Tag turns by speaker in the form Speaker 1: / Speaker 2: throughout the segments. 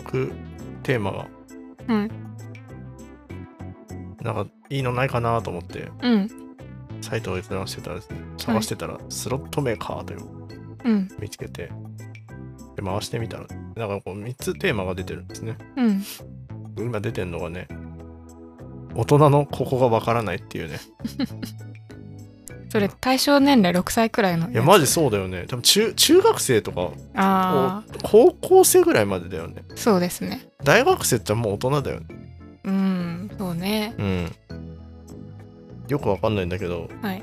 Speaker 1: くテーマが
Speaker 2: はい。
Speaker 1: なんかいいのないかなと思って
Speaker 2: うん。
Speaker 1: サイトを閲覧してたらですね探してたらスロットメーカーというのを
Speaker 2: うん。
Speaker 1: 見つけてで回してみたらなんかこう3つテーマが出てるんですね
Speaker 2: うん。
Speaker 1: 今出てるのがね大人のここがわからないっていうね
Speaker 2: それ対象年齢6歳くらいの
Speaker 1: いやマジ
Speaker 2: う
Speaker 1: そうだよね多分中中学生とか
Speaker 2: あ
Speaker 1: 高校生ぐらいまでだよね
Speaker 2: あそうですね
Speaker 1: 大学生ってもう大人だよね
Speaker 2: うんそうね
Speaker 1: うんよくわかんないんだけど
Speaker 2: はい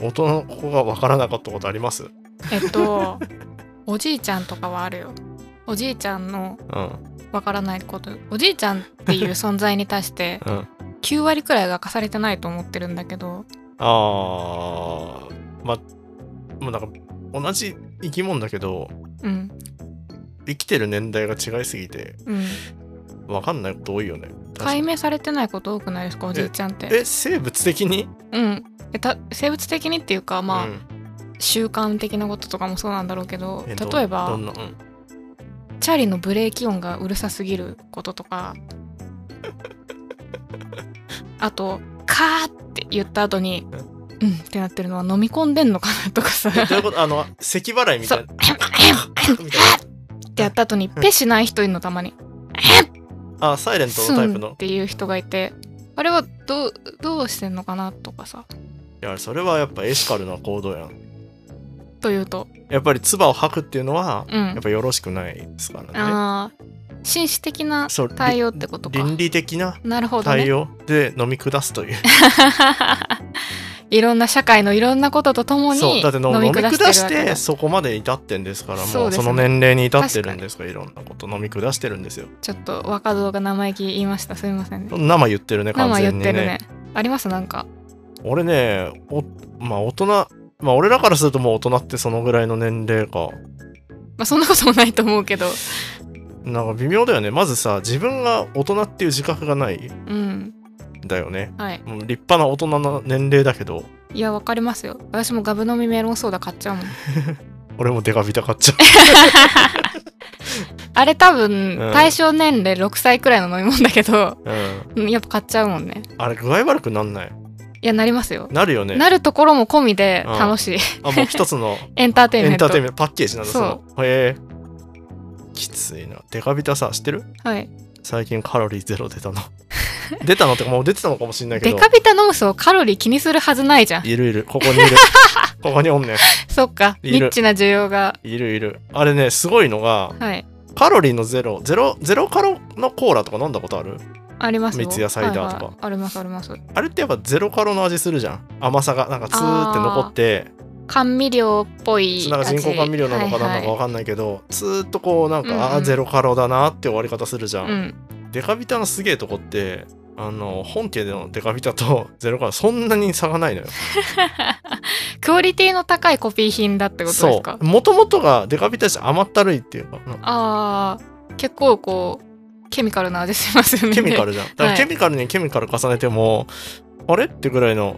Speaker 1: 大人のここがわからなかったことありますうん
Speaker 2: えっ とおじいちゃんとかはあるよおじいちゃんのわからないことおじいちゃんっていう存在に 対して
Speaker 1: うんあ
Speaker 2: 9割くらいが明かされてないと思ってるんだけど
Speaker 1: あーまもうなんか同じ生き物だけど
Speaker 2: うん
Speaker 1: 生きてる年代が違いすぎて
Speaker 2: うん
Speaker 1: わかんないこと多いよね確か
Speaker 2: 解明されてないこと多くないですかおじいちゃんって
Speaker 1: え生物的に
Speaker 2: うんえた生物的にっていうかまあ、
Speaker 1: うん
Speaker 2: 習慣的なこととかもそうなんだろうけど
Speaker 1: えど
Speaker 2: 例えば
Speaker 1: どんなうん
Speaker 2: チャリのブレーキ音がうるさすぎることとかあと「カー」って言った後に「うん」ってなってるのは飲み込んでんのかなとかさ
Speaker 1: えどういうことあの 咳払いみ
Speaker 2: そ
Speaker 1: たいうな
Speaker 2: 「っ
Speaker 1: みたい
Speaker 2: てやった後にペしない人いるのたまに
Speaker 1: なあサイレ
Speaker 2: 「
Speaker 1: ント
Speaker 2: ス
Speaker 1: のタイプ
Speaker 2: ン」っ
Speaker 1: の
Speaker 2: ていう人がいてあれはどうどうしてんのかなとかさ
Speaker 1: いやそれはやっぱエシカルな行動やん
Speaker 2: というと
Speaker 1: やっぱり唾を吐くっていうのは
Speaker 2: うん
Speaker 1: やっぱよろしくないですからね
Speaker 2: あー紳士的な
Speaker 1: そう
Speaker 2: 対応ってことか
Speaker 1: 倫理的な
Speaker 2: なるほどね
Speaker 1: 対応で飲み下すという
Speaker 2: いろんな社会のいろんなこととともに
Speaker 1: そうだって飲
Speaker 2: 飲
Speaker 1: み
Speaker 2: み
Speaker 1: 下
Speaker 2: 下
Speaker 1: して
Speaker 2: してるわけだ
Speaker 1: そこまで至ってんですから
Speaker 2: そ
Speaker 1: も
Speaker 2: う
Speaker 1: う
Speaker 2: で
Speaker 1: そ
Speaker 2: すね
Speaker 1: の年齢に至ってるんですからいろんなこと飲み下してるんですよ
Speaker 2: ちょっと若造が生意気言いましたすみませんね
Speaker 1: 生言ってるね完
Speaker 2: 生言っ
Speaker 1: 全に
Speaker 2: てるね
Speaker 1: ね
Speaker 2: ありますなんか
Speaker 1: 俺ねおまあ大人まあ俺らからするともう大人ってそのぐらいの年齢か
Speaker 2: まあそんなこともないと思うけ ど
Speaker 1: なんか微妙だよねまずさ自分が大人っていう自覚がないん
Speaker 2: うん
Speaker 1: だよね
Speaker 2: はい
Speaker 1: もう立派な大人の年齢だけど
Speaker 2: いやわかりますよ私もガブ飲みメロンソーダ買っちゃうもん
Speaker 1: 俺もデカビタ買っちゃう
Speaker 2: あれ多分、
Speaker 1: うん
Speaker 2: 対象年齢6歳くらいの飲み物だけど
Speaker 1: うん
Speaker 2: うんやっぱ買っちゃうもんね
Speaker 1: あれ具合悪くなんない
Speaker 2: いやなりますよ、
Speaker 1: なるよね
Speaker 2: なるところも込みで楽しい、
Speaker 1: あもう一つの
Speaker 2: エンターテイン
Speaker 1: エ
Speaker 2: メ
Speaker 1: ン
Speaker 2: ン
Speaker 1: タ
Speaker 2: ト
Speaker 1: ー テインメントパッケージなんだ
Speaker 2: そ
Speaker 1: そうのへえきついなデカビタさ知ってる
Speaker 2: はい
Speaker 1: 最近カロリーゼロ出た の出たのってかもう出てたのかもしれないけ
Speaker 2: デ
Speaker 1: ど
Speaker 2: カビタ飲むそうカロリー気にするはずないじゃん
Speaker 1: いるいるここに いるここにおんねん
Speaker 2: そっか
Speaker 1: いる
Speaker 2: ニッチな需要が
Speaker 1: いるいるあれねすごいのが
Speaker 2: はい
Speaker 1: カロリーのゼロゼロゼロカロのコーラとか飲んだことある
Speaker 2: ありますよ
Speaker 1: 三ツ矢サイダーとか
Speaker 2: はいはいありますあります
Speaker 1: あれってやっぱゼロカロの味するじゃん甘さがなんかツーって残って
Speaker 2: 甘味料っぽい味
Speaker 1: なんか人工甘味料なのかなんだかわ
Speaker 2: は
Speaker 1: かんないけど、ツーっとこうなんか、
Speaker 2: うんうん
Speaker 1: あーゼロカロだなって終わり方するじゃ
Speaker 2: い
Speaker 1: ん、
Speaker 2: はいうん
Speaker 1: デカビタのすげえとこってあの本家でのデカビタと ゼロカロそんなに差がないのよ
Speaker 2: クオリティの高いコピー品だってことですか
Speaker 1: うもともとがデカビタじゃ甘ったるいっていうか なんか
Speaker 2: あー結構こうケミカルな味しますよね
Speaker 1: ケミカルじゃんだから
Speaker 2: はい
Speaker 1: ケミカルにケミカル重ねても、あれってぐらいの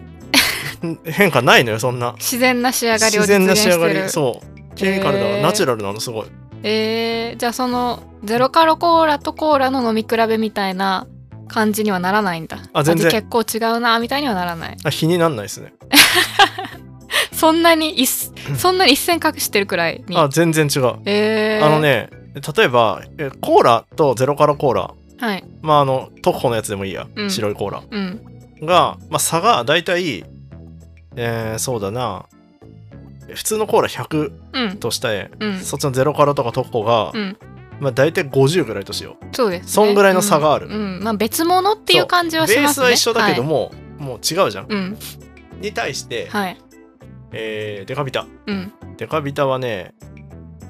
Speaker 1: 変化ないのよそんな
Speaker 2: 自然な仕上がり
Speaker 1: 自
Speaker 2: を実
Speaker 1: 然な
Speaker 2: 現し
Speaker 1: 仕
Speaker 2: てる
Speaker 1: 上がりそうケミカルだから、
Speaker 2: へー
Speaker 1: ナチュラルなのすごい
Speaker 2: えー、じゃあそのゼロカロコーラとコーラの飲み比べみたいな感じにはならないんだ
Speaker 1: あ全然
Speaker 2: 味結構違うなみたいにはならない
Speaker 1: あ日になんないですね
Speaker 2: そんなに一そんなに一線隠してるくらいに
Speaker 1: あ全然違う
Speaker 2: えー、
Speaker 1: あのね例えばえコーラとゼロカロコーラ
Speaker 2: はい
Speaker 1: まああの特保のやつでもいいや、
Speaker 2: うん
Speaker 1: 白いコーラ
Speaker 2: うん
Speaker 1: が、まあ、差がだいたいえーそうだな普通のコーラ100
Speaker 2: うん
Speaker 1: として、
Speaker 2: うん
Speaker 1: そっちのゼロカロとか特保が、
Speaker 2: うん
Speaker 1: まあ、大体50ぐらいとしよう
Speaker 2: そうです、ね。
Speaker 1: そんぐらいの差がある
Speaker 2: うん、うんまあ別物っていう感じはし
Speaker 1: ベー
Speaker 2: ます
Speaker 1: ス
Speaker 2: ね。
Speaker 1: は一緒だけど
Speaker 2: も、
Speaker 1: も、もう違うじゃん
Speaker 2: うん、
Speaker 1: に対して、
Speaker 2: はい、
Speaker 1: えーデカビタ
Speaker 2: うん、
Speaker 1: デカビタはね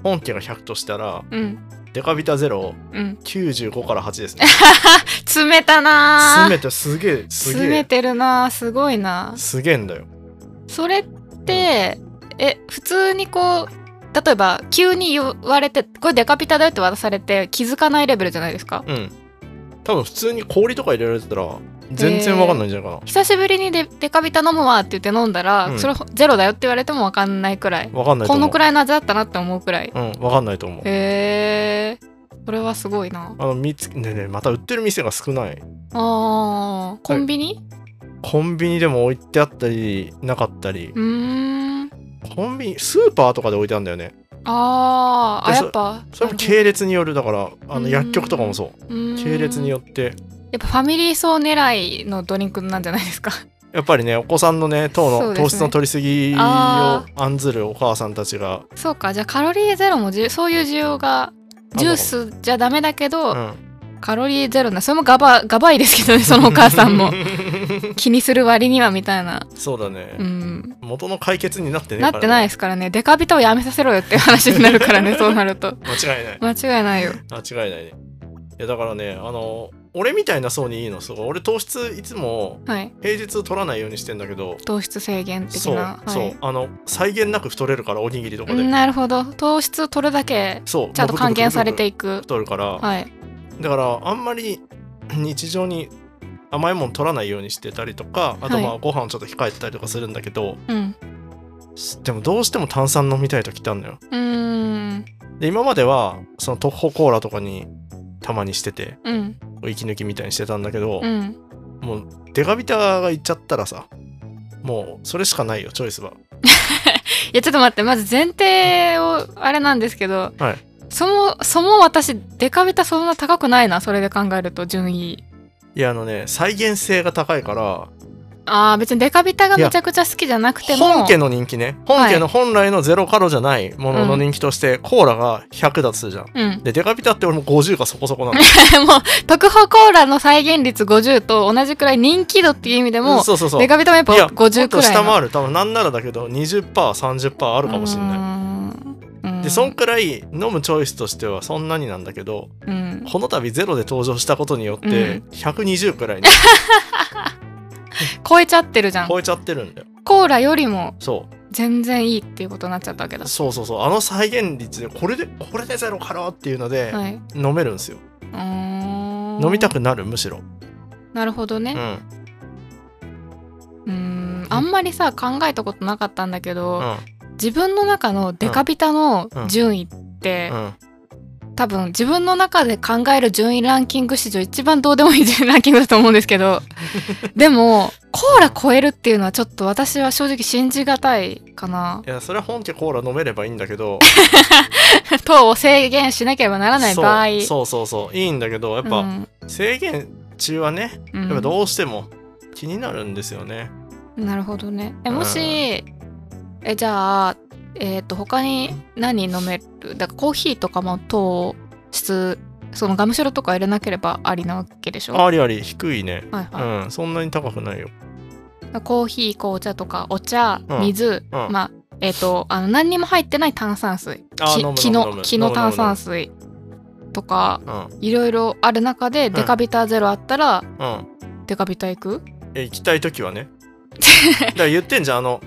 Speaker 1: 本家が100としたら
Speaker 2: うん、
Speaker 1: デカビタ0
Speaker 2: うん。
Speaker 1: 95から8ですね
Speaker 2: 詰めたな
Speaker 1: 詰
Speaker 2: ー。
Speaker 1: めてすげえす
Speaker 2: 詰
Speaker 1: げ
Speaker 2: め
Speaker 1: え
Speaker 2: てるなー、すごいなー。
Speaker 1: すげえんだよ
Speaker 2: それって、え、普通にこう。例えば急に言われてこれデカピタだよって渡されて気づかないレベルじゃないですか
Speaker 1: うん多分普通に氷とか入れられてたら全然わかんないんじゃないか
Speaker 2: 久しぶりにデデカピタ飲むわって言って飲んだら、
Speaker 1: うん
Speaker 2: それゼロだよって言われても分かんないくらい
Speaker 1: なわかんないと
Speaker 2: こ
Speaker 1: 思う
Speaker 2: のくらいの味だったなって思うくらい
Speaker 1: うんわかんないと思う
Speaker 2: へえこれはすごいな
Speaker 1: あの見つねえねえまた売ってる店が少ない
Speaker 2: あーコンビニ、
Speaker 1: コンビニでも置いてあったりなかったり
Speaker 2: うーん
Speaker 1: コンビニスーパーとかで置いてあるんだよね
Speaker 2: あーあ
Speaker 1: で
Speaker 2: や
Speaker 1: そ
Speaker 2: っぱ
Speaker 1: それも
Speaker 2: なるほど
Speaker 1: 系列によるだからあ
Speaker 2: う
Speaker 1: の
Speaker 2: ん
Speaker 1: 薬局とかもそう
Speaker 2: うーん
Speaker 1: 系列によって
Speaker 2: やっぱファミリー層狙いのドリンクなんじゃないですか
Speaker 1: やっぱりねお子さんのね糖
Speaker 2: そ
Speaker 1: の
Speaker 2: うですね
Speaker 1: 糖質の取りすぎを
Speaker 2: あ
Speaker 1: 案ずるお母さんたちが、
Speaker 2: そうかじゃあカロリーゼロもじゅそういう需要がジュースじゃダメだけ
Speaker 1: う
Speaker 2: ど、
Speaker 1: ん、
Speaker 2: カロリーゼロなそれもガバガバいですけ どねそのお母さんも気にする割にはみたいな
Speaker 1: そうだね、
Speaker 2: うん
Speaker 1: 元の解決になってね
Speaker 2: なってない
Speaker 1: い
Speaker 2: ですからねデカビタをやめさせろよっていう話にな るからねそうなると
Speaker 1: 間違いない
Speaker 2: 間違いないよ
Speaker 1: 間違いないねいやだからねあの俺みたいな層にいいのすごい俺糖質いつも
Speaker 2: はい
Speaker 1: 平日取らないようにしてんだけど
Speaker 2: 糖質制限的
Speaker 1: そう、
Speaker 2: なはい
Speaker 1: そうあの際限なく太れるからおにぎりとかで、
Speaker 2: うんなるほど糖質を取るだけ
Speaker 1: そう
Speaker 2: ちゃんと還元されて
Speaker 1: い
Speaker 2: いく
Speaker 1: 太るから、
Speaker 2: はい
Speaker 1: だからあんまり日常に甘いもん取らないようにしてたりとかあとま
Speaker 2: は
Speaker 1: あご飯をちょっと控えてたりとかするんだけど、
Speaker 2: うん
Speaker 1: すでもどうしても炭酸飲みたい時ってあるのよ
Speaker 2: うーん
Speaker 1: で今まではその特報コーラとかにたまにしてて
Speaker 2: うん
Speaker 1: 息抜きみたいにしてたんだけど、
Speaker 2: うん
Speaker 1: もうデカビタがいっちゃったらさもうそれしかないよチョイスは、
Speaker 2: いやちょっと待ってまず前提をあれなんですけど、
Speaker 1: はい
Speaker 2: そもそも私デカビタそんな高くないなそれで考えると順位
Speaker 1: いやあのね再現性が高いから
Speaker 2: あー別にデカビタがめちゃくちゃ好きじゃなくても
Speaker 1: 本家の人気ね本家の本来のゼロカロじゃないものの人気として、コーラが100だとするじゃん
Speaker 2: うん
Speaker 1: でデカビタって俺も50がそこそこなの
Speaker 2: もう特報コーラの再現率50と同じくらい人気度っていう意味で も
Speaker 1: そうそうそう
Speaker 2: デカビタもやっぱ
Speaker 1: いやも
Speaker 2: 50
Speaker 1: っと
Speaker 2: くらい
Speaker 1: 下
Speaker 2: の
Speaker 1: 回る多分なんならだけど 20%30% あるかもしれない
Speaker 2: ない
Speaker 1: でそんくらい飲むチョイスとしてはそんなになんだけど
Speaker 2: うん
Speaker 1: この度ゼロで登場したことによって
Speaker 2: う
Speaker 1: 120くら いに
Speaker 2: 超えちゃってるじゃん
Speaker 1: 超えちゃってるんだよ
Speaker 2: コーラよりも
Speaker 1: そう
Speaker 2: 全然いいっていうことになっちゃったわけだ
Speaker 1: そうそうそうあの再現率でこれでこれでゼロカロっていうので
Speaker 2: はい
Speaker 1: 飲めるんですよ、飲
Speaker 2: 飲
Speaker 1: みたくなるむしろ
Speaker 2: なるほど
Speaker 1: う
Speaker 2: ね
Speaker 1: ん
Speaker 2: うーんあんまりさ考えたことなかったんだけ
Speaker 1: う
Speaker 2: ど
Speaker 1: ん
Speaker 2: 自分の中のデカビタの順位って
Speaker 1: うん
Speaker 2: 多分自分の中で考える順位ランキング史上一番どうでもいい順位ランキングだと思うんです けどでもコーラ超えるっていうのはちょっと私は正直信じがたいかない
Speaker 1: やそれは本家コーラ飲めればいいんだけど
Speaker 2: 糖を制限しなければならない場合
Speaker 1: そうそうそうそういいんだけどやっ
Speaker 2: う
Speaker 1: ぱ
Speaker 2: ん
Speaker 1: 制限中はね、
Speaker 2: うん
Speaker 1: やっぱどうしても気になるんですよね、
Speaker 2: なるほどねえ
Speaker 1: うん
Speaker 2: もし、えじゃあえっ、と他に何飲めるだからコーヒーとかも糖質そのガムシロとか入れなければありなわけでしょは
Speaker 1: ありあり低いね
Speaker 2: いはい、だか
Speaker 1: うんそんなに高くないよ
Speaker 2: らコーヒー紅茶とかお茶
Speaker 1: うん
Speaker 2: 水、
Speaker 1: うん
Speaker 2: まあえっ、とあの何にも入ってない炭酸水
Speaker 1: あ
Speaker 2: き
Speaker 1: 飲む
Speaker 2: 木
Speaker 1: 飲む飲
Speaker 2: の
Speaker 1: む
Speaker 2: 木の炭酸水とか
Speaker 1: うん
Speaker 2: いろいろある中で
Speaker 1: ん
Speaker 2: デカビタゼロあったら
Speaker 1: うん
Speaker 2: デカビタいく、
Speaker 1: え行きたい時は ねだから言ってんじゃんあの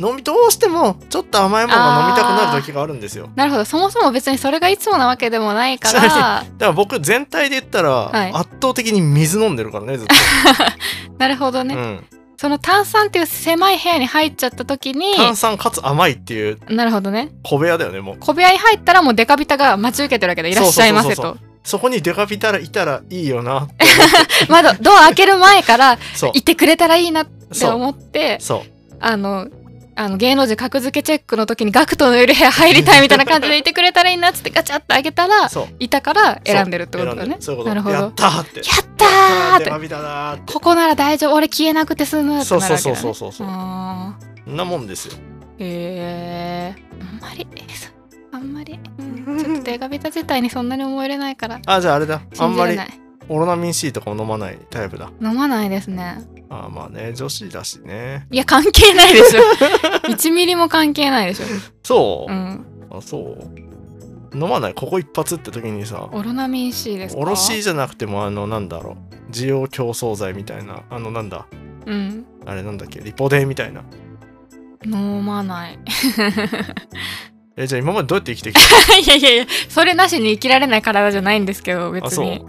Speaker 1: 飲みどうしてもちょっと甘いものが飲みたくなる時があるんですよ
Speaker 2: なるほどそもそも別にそれがいつもなわけでもないか
Speaker 1: そう
Speaker 2: ら
Speaker 1: だから僕全体で言ったら
Speaker 2: はい
Speaker 1: 圧倒的に水飲んでるからねずっと、
Speaker 2: なるほ どね、
Speaker 1: うん、
Speaker 2: その炭酸っていう狭い部屋に入っちゃった時に
Speaker 1: 炭酸かつ甘いっていう
Speaker 2: なるほどね
Speaker 1: 小部屋だよねもう
Speaker 2: 小部屋に入ったらもうデカビタが待ち受けてるわけでいらっしゃいませ
Speaker 1: そうそう
Speaker 2: と
Speaker 1: そこにデカビタらいたらいいよなって
Speaker 2: 窓ドア開ける前から
Speaker 1: そう
Speaker 2: いてくれたらいいなって
Speaker 1: そう
Speaker 2: 思って
Speaker 1: そう
Speaker 2: あのあの芸能人格付けチェックの時にガクトのいる部屋入りたいみたいな感じでいてくれたらいいなっつってガチャッと開けたら
Speaker 1: そう
Speaker 2: いたから選んでるってことだ
Speaker 1: 選んで
Speaker 2: ね
Speaker 1: るそういうこと
Speaker 2: なるほど
Speaker 1: やったーって
Speaker 2: やったーっ
Speaker 1: デ
Speaker 2: て
Speaker 1: カビタだーって
Speaker 2: ここなら大丈夫俺消えなくて済むって
Speaker 1: そ
Speaker 2: な
Speaker 1: う
Speaker 2: るわ
Speaker 1: そ
Speaker 2: け
Speaker 1: う
Speaker 2: だ、ね、
Speaker 1: そうそうそうそ
Speaker 2: あー
Speaker 1: んなもんですよ
Speaker 2: へえあんまりあんまり、うん、ちょっとデカビタ自体にそんなに思い入れないから
Speaker 1: あじゃああれだあ
Speaker 2: 信
Speaker 1: ん
Speaker 2: じ
Speaker 1: ま
Speaker 2: れ
Speaker 1: り
Speaker 2: ない
Speaker 1: オロナミン C とかも飲まないタイプだ
Speaker 2: 飲まないですね
Speaker 1: あーまあね女子だしね
Speaker 2: いや関係ないで しょ1ミリも関係ないでしょ、
Speaker 1: そう
Speaker 2: う、ん、
Speaker 1: あそう飲まないここ一発って時にさ
Speaker 2: オロナミン C ですか
Speaker 1: おろしじゃなくてもあのなんだろう需要競争剤みたいなあのなんだ
Speaker 2: うん
Speaker 1: あれなんだっけリポデーみたいな
Speaker 2: 飲まない
Speaker 1: えじゃあ今までどうやって生きてきた
Speaker 2: いやいやいやそれなしに生きられない体じゃないんですけど別
Speaker 1: あそう
Speaker 2: に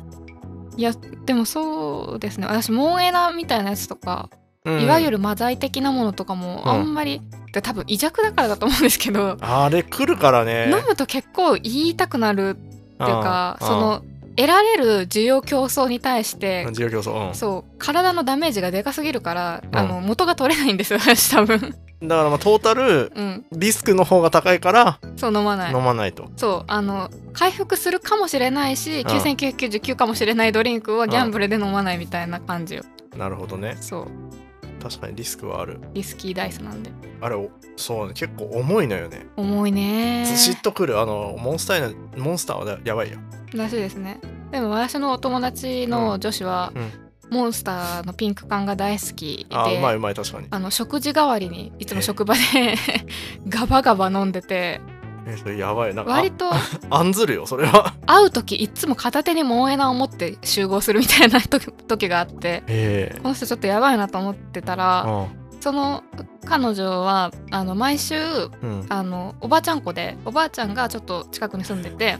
Speaker 2: いやでもそうですね私モンエナみたいなやつとか、
Speaker 1: うん
Speaker 2: いわゆるマザイ的なものとかも
Speaker 1: うん
Speaker 2: あんまり、で多分胃弱だからだと思うんですけど、
Speaker 1: あれ来るからね
Speaker 2: 飲むと結構言いたくなるっていうか
Speaker 1: あー
Speaker 2: その得られる需要競争に対して
Speaker 1: 需要競争、
Speaker 2: そう体のダメージがでかすぎるから、
Speaker 1: うん
Speaker 2: あの元が取れないんですよ 私多分
Speaker 1: うん、だからまあトータル
Speaker 2: うん
Speaker 1: リスクの方が高いから
Speaker 2: そう飲まない
Speaker 1: 飲まないと、
Speaker 2: そうあの回復するかもしれないし
Speaker 1: ん
Speaker 2: 9999かもしれないドリンクはギャンブルで飲まないみたいな感じよ
Speaker 1: なるほどね
Speaker 2: そう
Speaker 1: 確かにリスクはある
Speaker 2: リスキーダイスなんで
Speaker 1: あれおそうね結構重いのよね
Speaker 2: 重いね
Speaker 1: ずしっとくるあのモンスターのモンスターはやばいよ
Speaker 2: らしいですねでも私のお友達の女子は、
Speaker 1: うん
Speaker 2: モンスターのピンク缶が大好きで
Speaker 1: あーうまいうまい確かに
Speaker 2: あの食事代わりにいつも職場で ガバガバ飲んでて
Speaker 1: えそれやばいなんかあ
Speaker 2: 割と
Speaker 1: 案ずるよそれ は
Speaker 2: 会う時いつも片手に萌えなを持って集合するみたいな時 時があって
Speaker 1: ええ
Speaker 2: この人ちょっとやばいなと思ってたらその彼女はあの毎週
Speaker 1: うんうん
Speaker 2: あのおばあちゃん子でおばあちゃんがちょっと近くに住んでて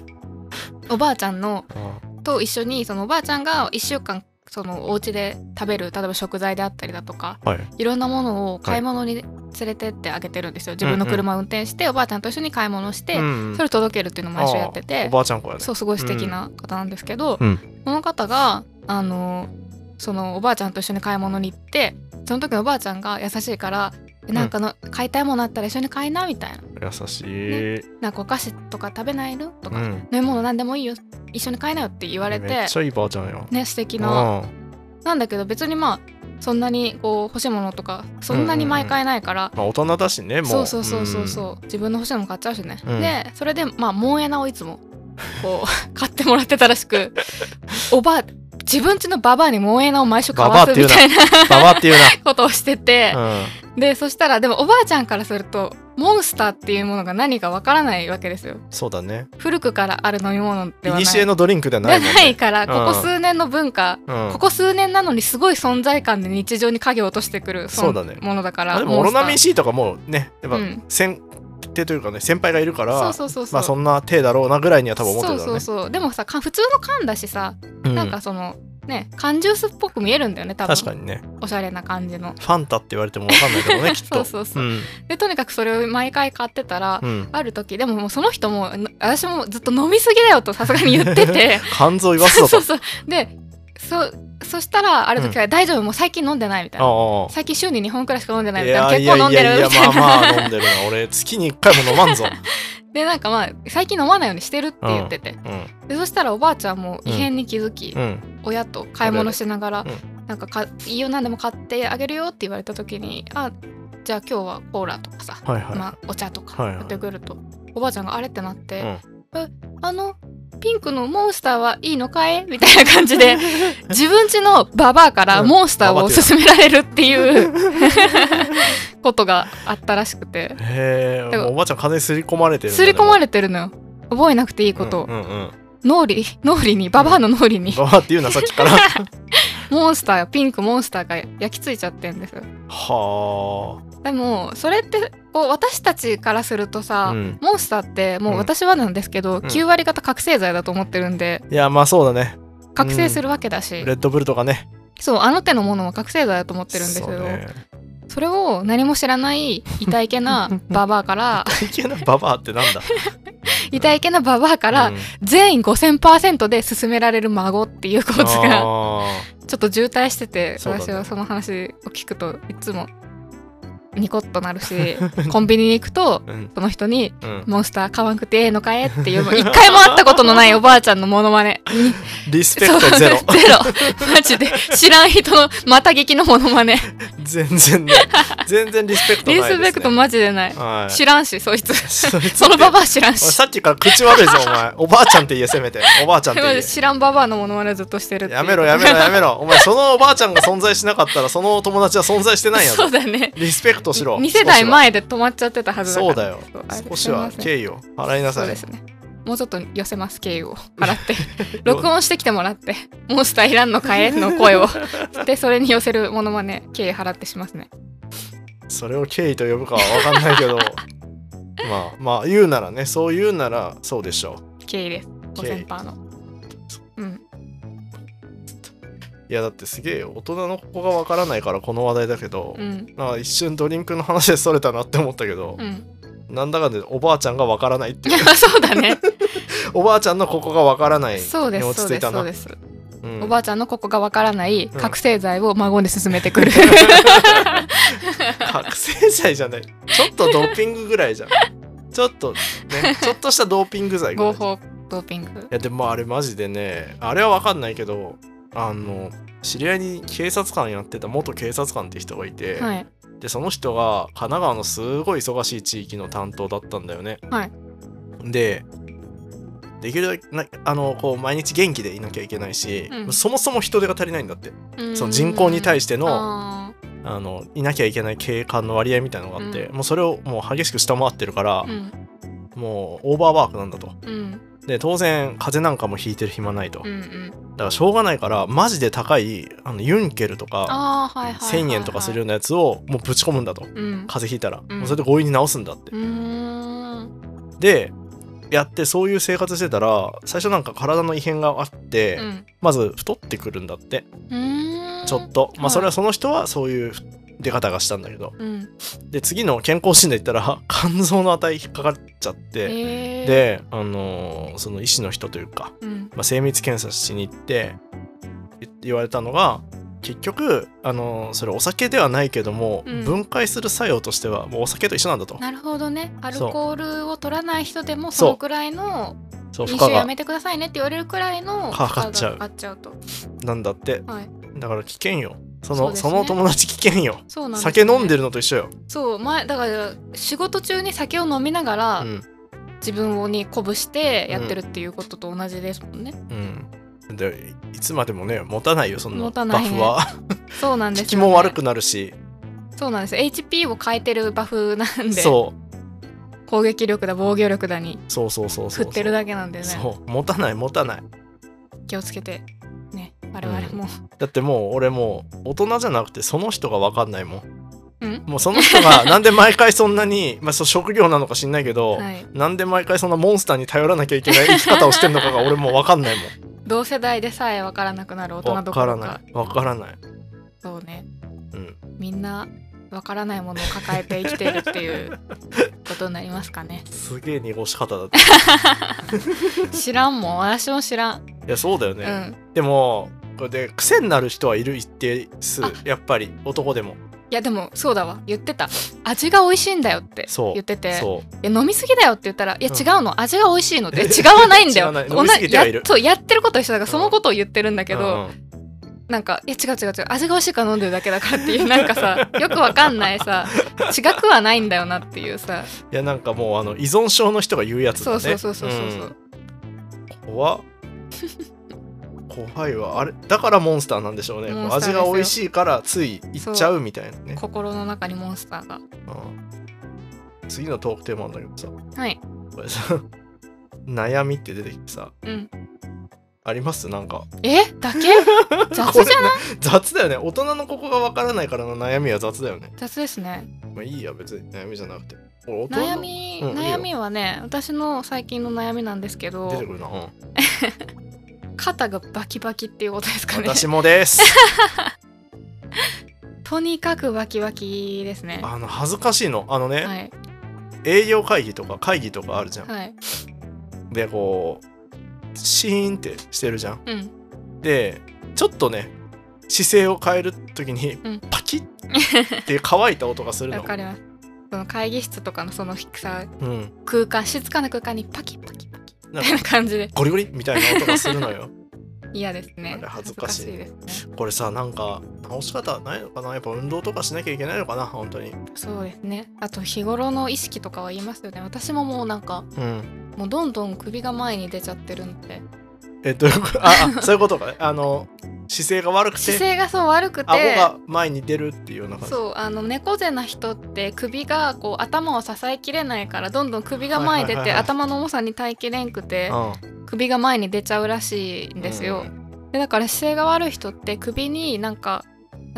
Speaker 2: おばあちゃんの
Speaker 1: あ
Speaker 2: と一緒にそのおばあちゃんが1週間そのお家で食べる例えば食材であったりだとか
Speaker 1: はい
Speaker 2: いろんなものを買い物に連れてってあげてるんですよ自分の車を運転しておばあちゃんと一緒に買い物して
Speaker 1: うん
Speaker 2: それを届けるっていうのを毎週やって
Speaker 1: あーお
Speaker 2: て
Speaker 1: ばあちゃん子やね
Speaker 2: そうすごい素敵な方なんですけど、
Speaker 1: うん
Speaker 2: この方があのそのおばあちゃんと一緒に買い物に行ってその時のおばあちゃんが優しいから「えなんかの、買いたいものあったら一緒に買いな」みたいな
Speaker 1: 優しい、
Speaker 2: 「なんかお菓子とか食べないの?」と
Speaker 1: う
Speaker 2: か、
Speaker 1: ん
Speaker 2: 飲み物何でもいいよ一緒に買いなよ」って言われ
Speaker 1: め
Speaker 2: て
Speaker 1: っちゃいいばあちゃんよ、
Speaker 2: ね素敵な
Speaker 1: あ
Speaker 2: なんだけど別にまあそんなにこう欲しいものとかそんなに毎回ないから、
Speaker 1: まあ大人だしねもう
Speaker 2: そうそうそうそうそう、自分の欲しいのも買っちゃうしね、
Speaker 1: うん
Speaker 2: でそれでまあモンエナをいつもこう 買ってもらってたらしくおばあ自分家のババアにモンエナを毎週買わすみたいな
Speaker 1: うんババアっていう
Speaker 2: ことをしてて、
Speaker 1: な、
Speaker 2: でそしたらでもおばあちゃんからするとモンスターっていうものが何かわからないわけですよ
Speaker 1: うん、そうだね
Speaker 2: 古くからある飲み物で
Speaker 1: い
Speaker 2: はない
Speaker 1: にしえのドリンクでは
Speaker 2: で
Speaker 1: な
Speaker 2: はい
Speaker 1: もんね
Speaker 2: ないからここ数年の文化、
Speaker 1: うん
Speaker 2: ここ数年なのにすごい存在感で日常に影を落としてくる
Speaker 1: そうだね
Speaker 2: ものだか
Speaker 1: あ
Speaker 2: ら
Speaker 1: でもオ
Speaker 2: モン
Speaker 1: ロ
Speaker 2: スター
Speaker 1: ナミン C とかもうねやっぱ
Speaker 2: うん
Speaker 1: 先手というかね先輩がいるから
Speaker 2: そうそうそうそう、
Speaker 1: まあそんな手だろうなぐらいには多分思ってた
Speaker 2: そ
Speaker 1: よ
Speaker 2: う
Speaker 1: ね
Speaker 2: そうそうでもさか普通の缶だしさ、
Speaker 1: うん
Speaker 2: なんかそのね缶ジュースっぽく見えるんだよね多分
Speaker 1: 確かにね
Speaker 2: おしゃれな感じの
Speaker 1: ファンタって言われても分かんないけど ねきっと
Speaker 2: そうそうそう
Speaker 1: うん
Speaker 2: でとにかくそれを毎回買ってたら、
Speaker 1: うん
Speaker 2: ある時でももうその人もな私もずっと飲みすぎだよとさすがに言ってて
Speaker 1: 肝 臓言わす
Speaker 2: そ
Speaker 1: ぞ
Speaker 2: う
Speaker 1: と
Speaker 2: そうそうでそそしたらある時は「大丈夫もう最近飲んでない」みたいな
Speaker 1: あ
Speaker 2: 「最近週に2本くらいしか飲んでない」
Speaker 1: あ
Speaker 2: みたいな「結構飲んでる」みたいな、
Speaker 1: まあまあ飲んでるな俺月に1回も飲まんぞ
Speaker 2: でなんかまあ最近飲まないようにしてるって言ってて、
Speaker 1: うん
Speaker 2: でそしたらおばあちゃんも異変に気づき、
Speaker 1: うん
Speaker 2: 親と買い物しながら、
Speaker 1: あれ
Speaker 2: なんかかいいよ何でも買ってあげるよって言われた時にあじゃあ今日はコーラとかさ、
Speaker 1: はいはい、
Speaker 2: まあ、お茶とか
Speaker 1: はいはい
Speaker 2: 持ってくると、おばあちゃんがあれってなって、えあのピンクのモンスターはいいのかいみたいな感じで自分家のババアから
Speaker 1: うん
Speaker 2: モンスター
Speaker 1: ババ
Speaker 2: を
Speaker 1: アって言
Speaker 2: 勧められるっていうことがあったらしく
Speaker 1: う
Speaker 2: て
Speaker 1: ん、 へ
Speaker 2: で
Speaker 1: え
Speaker 2: も
Speaker 1: おばあちゃん金すり込まれてる
Speaker 2: 刷り込ま
Speaker 1: れ
Speaker 2: れてるのよ覚えなくていい
Speaker 1: る
Speaker 2: ことを、
Speaker 1: うんうんうん
Speaker 2: 脳裏脳裏にババアの脳裏に
Speaker 1: ババアって言うなさっきからは
Speaker 2: モンスターやピンクモンスターが焼き付いちゃってるんですよでもそれってこう私たちからすると
Speaker 1: あ、
Speaker 2: さ、
Speaker 1: うん、
Speaker 2: モンスターってもう私はなんですけど、
Speaker 1: ん
Speaker 2: 9割方覚醒剤だと思ってるんで
Speaker 1: いやまあそうだね
Speaker 2: 覚醒するわけだし、
Speaker 1: レッドブルとかね
Speaker 2: そうあの手のものは覚醒剤だと思ってるんですけど
Speaker 1: そう
Speaker 2: そ,、
Speaker 1: ね
Speaker 2: れを何も知らない痛いけな ババアから
Speaker 1: いけなババアってなんだ
Speaker 2: 痛いけなババアから
Speaker 1: うん
Speaker 2: 全員5000%で進められる孫っていう構図が
Speaker 1: あ
Speaker 2: ちょっと渋滞してて、
Speaker 1: そうだね
Speaker 2: 私はその話を聞くといつもニコッとな るしコンビニに行くと
Speaker 1: ーうん
Speaker 2: その人に
Speaker 1: うん
Speaker 2: モンスター買わんくてええのかえっていうもう一回も会ったことのないおばあちゃんのモノマネ
Speaker 1: リスペクトゼロ
Speaker 2: ゼロマジで知らん人の また劇のモノマネ
Speaker 1: 全然ね全然リスペクトない
Speaker 2: リ
Speaker 1: です、ね、
Speaker 2: スペクトマジでない、
Speaker 1: はい
Speaker 2: 知らんしそいつ
Speaker 1: そいつ
Speaker 2: そのババア知らん
Speaker 1: おい
Speaker 2: し
Speaker 1: さっきから口悪いぞお前おばあちゃんって言えせめておばあちゃんって
Speaker 2: マ
Speaker 1: 言
Speaker 2: ジで知らんババアのモノマネずっとしてるっ
Speaker 1: え
Speaker 2: ていう
Speaker 1: やめろやめろやめろお前そのおばあちゃんが存在しなかったらそのお友達は存在してないや
Speaker 2: そ
Speaker 1: ろ
Speaker 2: うだね
Speaker 1: リスペクトしろ
Speaker 2: 2世代前で止まっちゃってたはずだか
Speaker 1: そ
Speaker 2: ら
Speaker 1: うだよ
Speaker 2: そうあれ
Speaker 1: 少しは
Speaker 2: すいません
Speaker 1: 敬意を払いな
Speaker 2: そう
Speaker 1: さ
Speaker 2: で
Speaker 1: い
Speaker 2: すねもうちょっと寄せます敬意を払って 録音してきてもらってモンスターいらんのかえの声を でそれに寄せるモノマネ敬意払ってしますね
Speaker 1: それを敬意と呼ぶかは分かんない けどまあまあ言うならねそう言うならそうでしょ
Speaker 2: 経緯です
Speaker 1: 経緯
Speaker 2: 5000パーのうん
Speaker 1: ういやだってすげえ大人の子が分からないからこの話題だけど、
Speaker 2: うん
Speaker 1: なんか一瞬ドリンクの話でそれたなって思ったけど
Speaker 2: う、ん
Speaker 1: なんだかんだでおばあちゃんが分からないって
Speaker 2: い
Speaker 1: いう
Speaker 2: やそうだね
Speaker 1: おばあちゃんのここがわからない
Speaker 2: そうで
Speaker 1: に
Speaker 2: す
Speaker 1: 落
Speaker 2: そ
Speaker 1: ち着
Speaker 2: うで
Speaker 1: い
Speaker 2: す
Speaker 1: た
Speaker 2: そ
Speaker 1: な
Speaker 2: うです、
Speaker 1: うん
Speaker 2: おばあちゃんのここがわからない
Speaker 1: うん
Speaker 2: 覚醒剤を孫に勧めてくる、
Speaker 1: 覚醒剤じゃないちょっとドーピングぐらいじゃんちょっとねちょっとしたドーピング剤 ぐら
Speaker 2: 合
Speaker 1: いじゃんい
Speaker 2: 法ドーピング
Speaker 1: やでもあれマジでねあれはわかんないけどあの知り合いに警察官やってた元警察官って人がいて、
Speaker 2: はい
Speaker 1: でその人が神奈川のすごい忙しい地域の担当だったんだよね。
Speaker 2: はい
Speaker 1: でできるだけなあのこう毎日元気でいなきゃいけないし、
Speaker 2: うん
Speaker 1: そもそも人手が足りないんだってその人口に対
Speaker 2: し
Speaker 1: して
Speaker 2: て
Speaker 1: の
Speaker 2: あー
Speaker 1: あのいなきゃいけない警官の割合みたいのがあって、
Speaker 2: う
Speaker 1: もうそれをもう激しく下回ってるから、
Speaker 2: うん
Speaker 1: もうオーバーワークなんだと。
Speaker 2: うん
Speaker 1: で当然風邪なんかもひいてる暇ないと。
Speaker 2: うんう
Speaker 1: だ
Speaker 2: ん
Speaker 1: からしょうがないからマジで高いあのユンケルとか
Speaker 2: ああはいはいはいはい
Speaker 1: 1,000円とかするようなやつをもうぶち込むんだと。
Speaker 2: うん
Speaker 1: 風邪ひいたら、
Speaker 2: うん
Speaker 1: もうそれで強引に治すんだって
Speaker 2: う、ーん
Speaker 1: でやってそういう生活してたら最初なんか体の異変があって、
Speaker 2: うん
Speaker 1: まず太ってくるんだって
Speaker 2: うーん
Speaker 1: ちょっと、ま
Speaker 2: はい
Speaker 1: あそれはその人はそういう出方がしたんだけど
Speaker 2: うん
Speaker 1: で次の健康診断行ったら肝臓の値引っかかっちゃって、
Speaker 2: へー
Speaker 1: であのーその医師の人というか、
Speaker 2: うん
Speaker 1: まあ、精密検査しに行ってい言われたのが結局あのーそれお酒ではないけども、
Speaker 2: うん
Speaker 1: 分解する作用としてはもうお酒と一緒なんだと
Speaker 2: なるほどねアル
Speaker 1: そう
Speaker 2: コールを取らない人でも
Speaker 1: そ
Speaker 2: そうのくらいの
Speaker 1: そう負
Speaker 2: 飲
Speaker 1: 荷
Speaker 2: 酒や
Speaker 1: が
Speaker 2: めてくださいねって言われるくらいの
Speaker 1: かかっちゃう
Speaker 2: 負荷がかかっちゃうと
Speaker 1: なんだって
Speaker 2: はい
Speaker 1: だから危険よそ
Speaker 2: そう
Speaker 1: のそ,、
Speaker 2: ですね
Speaker 1: の友達危険よ
Speaker 2: そうなんですよね
Speaker 1: 酒飲んでるのと一緒よ、
Speaker 2: そう前だから仕事中に酒を飲みながら、
Speaker 1: うん
Speaker 2: 自分をに鼓舞してやってるっていうことと同じですもんね、
Speaker 1: うん、でいつまでもね持たないよそんな
Speaker 2: 持
Speaker 1: バ
Speaker 2: たないね
Speaker 1: フは、
Speaker 2: そうなんです
Speaker 1: 効
Speaker 2: よ、ね、
Speaker 1: きも悪くなるし
Speaker 2: そうなんです HP を変えてるバフなんで
Speaker 1: そう
Speaker 2: 攻撃力だ防御力だに
Speaker 1: そうそうそうそ
Speaker 2: 振
Speaker 1: う
Speaker 2: ってるだけなんでね
Speaker 1: そう持たない持たない
Speaker 2: 気をつけてね我々も、
Speaker 1: だってもう俺もう大人じゃなくてその人が分かんないもん、
Speaker 2: うん
Speaker 1: もうその人 がなんで毎回そんなに、まあ、そう職業なのか知んないけど、
Speaker 2: はい、
Speaker 1: なんで毎回そんなモンスターに頼らなきゃいけない生き方をしてんのかが俺もう分かんないもん
Speaker 2: 同世代でさえわからなくなる大人
Speaker 1: 分
Speaker 2: ど
Speaker 1: か
Speaker 2: こ
Speaker 1: ら
Speaker 2: ろ
Speaker 1: ない分からない
Speaker 2: そうね
Speaker 1: うん
Speaker 2: みんなわからないものを抱えて生きてるっていうことになりますかね
Speaker 1: すげえ濁し方だった
Speaker 2: 知らんもん私も知らん、
Speaker 1: いやそうだよ
Speaker 2: う
Speaker 1: ね、
Speaker 2: ん
Speaker 1: でもこれで癖になる人はいる一定数
Speaker 2: あ
Speaker 1: やっぱり男でも
Speaker 2: いやでもそうだわ言ってた味が美味しいんだよって
Speaker 1: そう
Speaker 2: 言ってて
Speaker 1: そう
Speaker 2: いや飲みすぎだよって言ったらいや
Speaker 1: うん
Speaker 2: 違うの、味が美味しい のって違わないんだ
Speaker 1: 違わ
Speaker 2: よ
Speaker 1: ない
Speaker 2: 同
Speaker 1: 飲みすぎ
Speaker 2: じ
Speaker 1: てはいる
Speaker 2: やそうやってることは一緒だから、
Speaker 1: うん
Speaker 2: そのことを言ってるんだけど、
Speaker 1: うんうん
Speaker 2: なんかいや違う違う違う味が美味しいから飲んでるだけだからっていうなんか さよくわかんないさ違くはないんだよなっていうさ
Speaker 1: いやなんかもうあの依存症の人が言うやつだ
Speaker 2: そ
Speaker 1: ね
Speaker 2: うそうそうそうそうそう、
Speaker 1: うん怖っ怖いわあれだからモンスターなんでしょうね
Speaker 2: モンスターです
Speaker 1: 味
Speaker 2: よ
Speaker 1: が美味しいからつい行っちゃうみたいなね、
Speaker 2: 心の中にモンスターが
Speaker 1: うん次のトークテーマなんだけどさ
Speaker 2: はい
Speaker 1: これさ 悩みって出てきてさ
Speaker 2: うん
Speaker 1: ありますなんか
Speaker 2: え だけ雑じゃない
Speaker 1: これね雑だよね大人のここがわからないからの悩みは雑だよね
Speaker 2: 雑ですね
Speaker 1: まあいいや別に悩みじゃなくて俺大人
Speaker 2: 悩
Speaker 1: うん
Speaker 2: み、
Speaker 1: いいよ
Speaker 2: 悩みはね私の最近の悩みなんですけ
Speaker 1: 出
Speaker 2: ど
Speaker 1: てくるな、うん
Speaker 2: 肩がバキバキっていうことですかね
Speaker 1: 私もです
Speaker 2: とにかくバキバキですね
Speaker 1: あの恥ずかしいのあのね、
Speaker 2: はい
Speaker 1: 営業会議とか会議とかあるじゃん、
Speaker 2: はい
Speaker 1: でこうシーンってしてるじゃん
Speaker 2: うん
Speaker 1: でちょっとね姿勢を変える時に
Speaker 2: うん
Speaker 1: パキッっていう乾いた音がする
Speaker 2: わ
Speaker 1: の、
Speaker 2: かります。その会議室とかのそのさ
Speaker 1: うん、
Speaker 2: 空間静かな空間にパキパキパキ
Speaker 1: なん
Speaker 2: みたい
Speaker 1: か
Speaker 2: な感じで
Speaker 1: ゴリゴリみたいな音がするのよ
Speaker 2: 嫌ですね
Speaker 1: あ。れ恥ずかしい
Speaker 2: 恥ずかですね。
Speaker 1: これさなんか直し方ないのかなやっぱ運動とかしなきゃいけないのかな本当に
Speaker 2: そうですね。あと日頃の意識とかは言いますよね。私ももうなんか
Speaker 1: うん
Speaker 2: もうどんどん首が前に出ちゃってるんで
Speaker 1: えっと ああそういうことかねあの姿勢が悪く
Speaker 2: 姿
Speaker 1: て
Speaker 2: 勢がそう悪くて。
Speaker 1: 顎が前に出るっていうような感じ
Speaker 2: そうあの猫背な人って首がこう頭を支えきれないからどんどん首が前に出
Speaker 1: はいはい
Speaker 2: て
Speaker 1: はいはい
Speaker 2: 頭の重さに耐えきれんくて
Speaker 1: う
Speaker 2: 首が前に出ちゃうらしいん
Speaker 1: ん
Speaker 2: ですよ
Speaker 1: う。
Speaker 2: でだから姿勢が悪い人って首になんか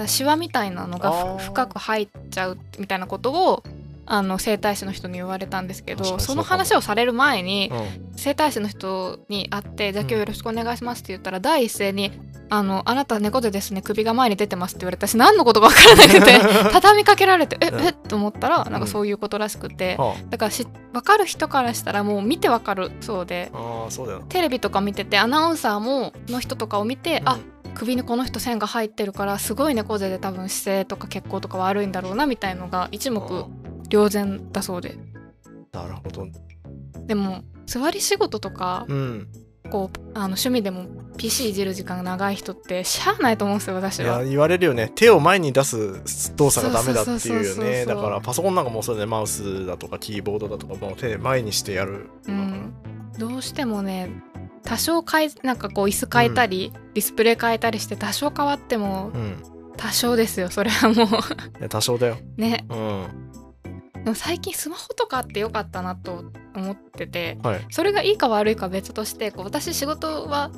Speaker 2: シワみたいなの
Speaker 1: あー
Speaker 2: がふ深く入っちゃうみたいなことをあの整体師の人に言われたんですけ
Speaker 1: 確か
Speaker 2: ど
Speaker 1: にそうか
Speaker 2: そ
Speaker 1: も
Speaker 2: の話をされる前に
Speaker 1: ん
Speaker 2: 整体師の人に会って「じゃあ今日よろしくお願いします」って言ったら第一声に「あの「あなた猫でですね首が前に出てます」って言われたし何のことか分からなく て畳みかけられて「え
Speaker 1: うん
Speaker 2: えっ?」と思ったらなんかそういうことらしくて、
Speaker 1: は
Speaker 2: だからし分かる人からしたらもう見て分かるそうで
Speaker 1: あああそうだよな
Speaker 2: テレビとか見ててアナウンサーもの人とかを見て、あ首にこの人線が入ってるからすごい猫背で多分姿勢とか血行とか悪いんだろうなみたいのが一
Speaker 1: うん
Speaker 2: 目瞭然だそうで
Speaker 1: なるほど
Speaker 2: でも座り仕事とか
Speaker 1: うん
Speaker 2: こうあの趣味でも PC いじる時間が長い人ってしゃあないと思うんですよ私
Speaker 1: い
Speaker 2: は
Speaker 1: や。言われるよね手を前に出す動作がダメだっていうよ
Speaker 2: そうそうそうそ
Speaker 1: ね
Speaker 2: うそう
Speaker 1: だからパソコンなんかもそうだよねマウスだとかキーボードだとかもう手で前にしてやる
Speaker 2: うん、どうしてもね多少変えなんかこう椅子変えたり、ディスプレイ変えたりして多少変わっても
Speaker 1: うん
Speaker 2: 多少ですよそれはもう
Speaker 1: いや多少だよ
Speaker 2: ね
Speaker 1: うん
Speaker 2: でも最近スマホとかあってよかったなと思ってて
Speaker 1: はい
Speaker 2: それがいいか悪いかは別としてこう私仕事は、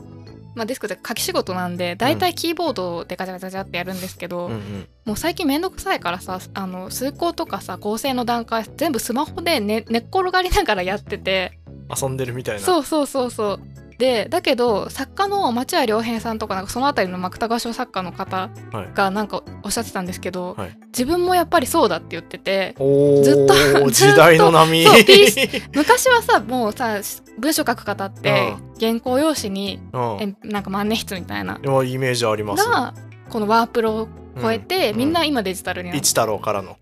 Speaker 2: まあ、デスクで書き仕事なんで大体キーボードでガチャガチャガチャってやるんですけど、
Speaker 1: うんうん
Speaker 2: もう最近めんどくさいからさあの数項とかさ構成の段階全部スマホで寝寝っ転がりながらやってて。
Speaker 1: 遊んでるみたいな
Speaker 2: そうそうそうそうでだけど作家の町屋良平さんとかなんかその辺りのまあ芥川賞作家の方
Speaker 1: はい
Speaker 2: がなんかおっしゃってたんですけど、
Speaker 1: はい
Speaker 2: 自分もやっぱりそうだって言ってて
Speaker 1: おー
Speaker 2: ず っと
Speaker 1: 時代の波
Speaker 2: ずっとそうピース昔はさもうさ文章書く方って原稿用紙に
Speaker 1: うん
Speaker 2: えなんか万年筆みたいな
Speaker 1: まあイメージあります
Speaker 2: がこのワープロを超えて、
Speaker 1: うん
Speaker 2: みんな今デジタルになって
Speaker 1: 一太郎からの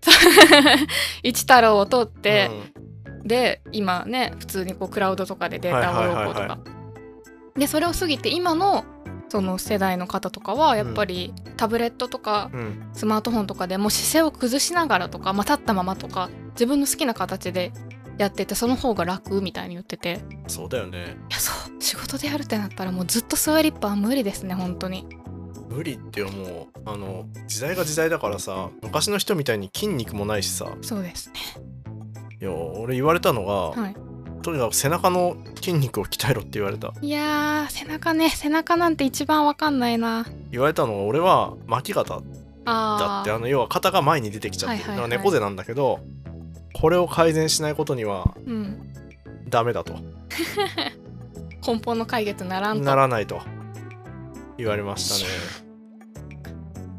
Speaker 2: 一太郎を通って
Speaker 1: う、ん
Speaker 2: で今ね普通にこうクラウドとかでデータを
Speaker 1: はい
Speaker 2: 要
Speaker 1: はいはい
Speaker 2: 項と
Speaker 1: はい
Speaker 2: かでそれを過ぎて今のその世代の方とかはやっぱりタブレットとか
Speaker 1: うん
Speaker 2: スマートフォンとかでもう姿勢を崩しながらとか、まあ、立ったままとか自分の好きな形でやっててその方が楽みたいに言っててい
Speaker 1: そうだよね
Speaker 2: やそう仕事でやるってなったらもうずっと座りっぱは無理ですね本当に
Speaker 1: 無理って思うあの時代が時代だからさ昔の人みたいに筋肉もないしさ
Speaker 2: そうですね
Speaker 1: いや俺言われたのが、
Speaker 2: はい
Speaker 1: とにかく背中の筋肉を鍛えろって言われた
Speaker 2: いやー背中ね背中なんて一番わかんないな
Speaker 1: 言われたのが俺は巻き肩だ
Speaker 2: あ
Speaker 1: ってあ
Speaker 2: ー
Speaker 1: の要は肩が前に出てきちゃってる、
Speaker 2: はいはいはい
Speaker 1: だから猫背なんだけどこれを改善しないことには
Speaker 2: うん
Speaker 1: ダメだと
Speaker 2: 根本の解決ならんと
Speaker 1: ならないと言われましたね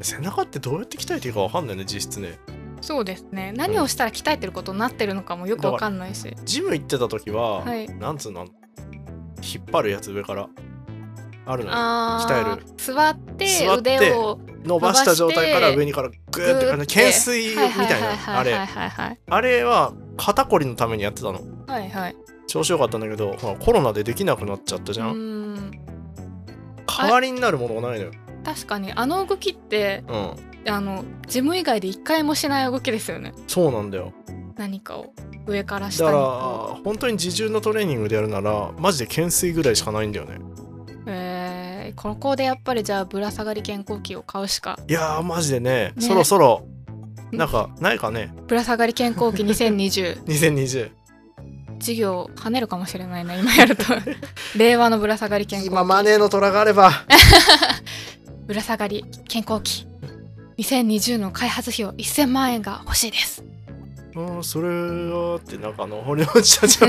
Speaker 1: 背中ってどうやって鍛えていいかわかんないね実質ね
Speaker 2: そうですね何をしたら鍛えてることになってるのかもよくわかんないし
Speaker 1: ジム行ってた時は、
Speaker 2: はい
Speaker 1: なんつうの引っ張るやつ上からあるのよ
Speaker 2: あー
Speaker 1: 鍛える
Speaker 2: 座って
Speaker 1: 座って
Speaker 2: 腕を
Speaker 1: 伸ばした状態から
Speaker 2: 伸ばして
Speaker 1: 上にからグーって
Speaker 2: グー
Speaker 1: あ
Speaker 2: っ
Speaker 1: の
Speaker 2: て
Speaker 1: 懸垂み
Speaker 2: はいはい
Speaker 1: たい
Speaker 2: はい
Speaker 1: なあ
Speaker 2: はいは
Speaker 1: れ
Speaker 2: いはいはい
Speaker 1: あれは肩こりのためにやってたの
Speaker 2: はいはい
Speaker 1: 調子よかったんだけどほらコロナでできなくなっちゃったじゃ、
Speaker 2: うんーん
Speaker 1: 代わりになるものがないのよ、
Speaker 2: 確かにあの動きって
Speaker 1: うん、
Speaker 2: あのジム以外で一回もしない動きですよね
Speaker 1: そうなんだよ
Speaker 2: 何かを上から
Speaker 1: だ
Speaker 2: 下
Speaker 1: か
Speaker 2: に
Speaker 1: ら
Speaker 2: こ
Speaker 1: 本当に自重のトレーニングでやるならマジで懸垂ぐらいしかないんだよね
Speaker 2: うえー、ここでやっぱりじゃあぶら下がり健康器を買うしか
Speaker 1: いやーマジでね
Speaker 2: ね
Speaker 1: そろそろ
Speaker 2: ん
Speaker 1: なんかないかね
Speaker 2: ぶら下がり健康器2020
Speaker 1: 2020
Speaker 2: 授業跳ねるかもしれないな今 やると令和のぶら下がり健康器
Speaker 1: 今マネーの虎があれば
Speaker 2: ぶら下がり健康期2020の開発費を1000万円が欲しいです
Speaker 1: うんそれはってなんかあの堀之内社 長、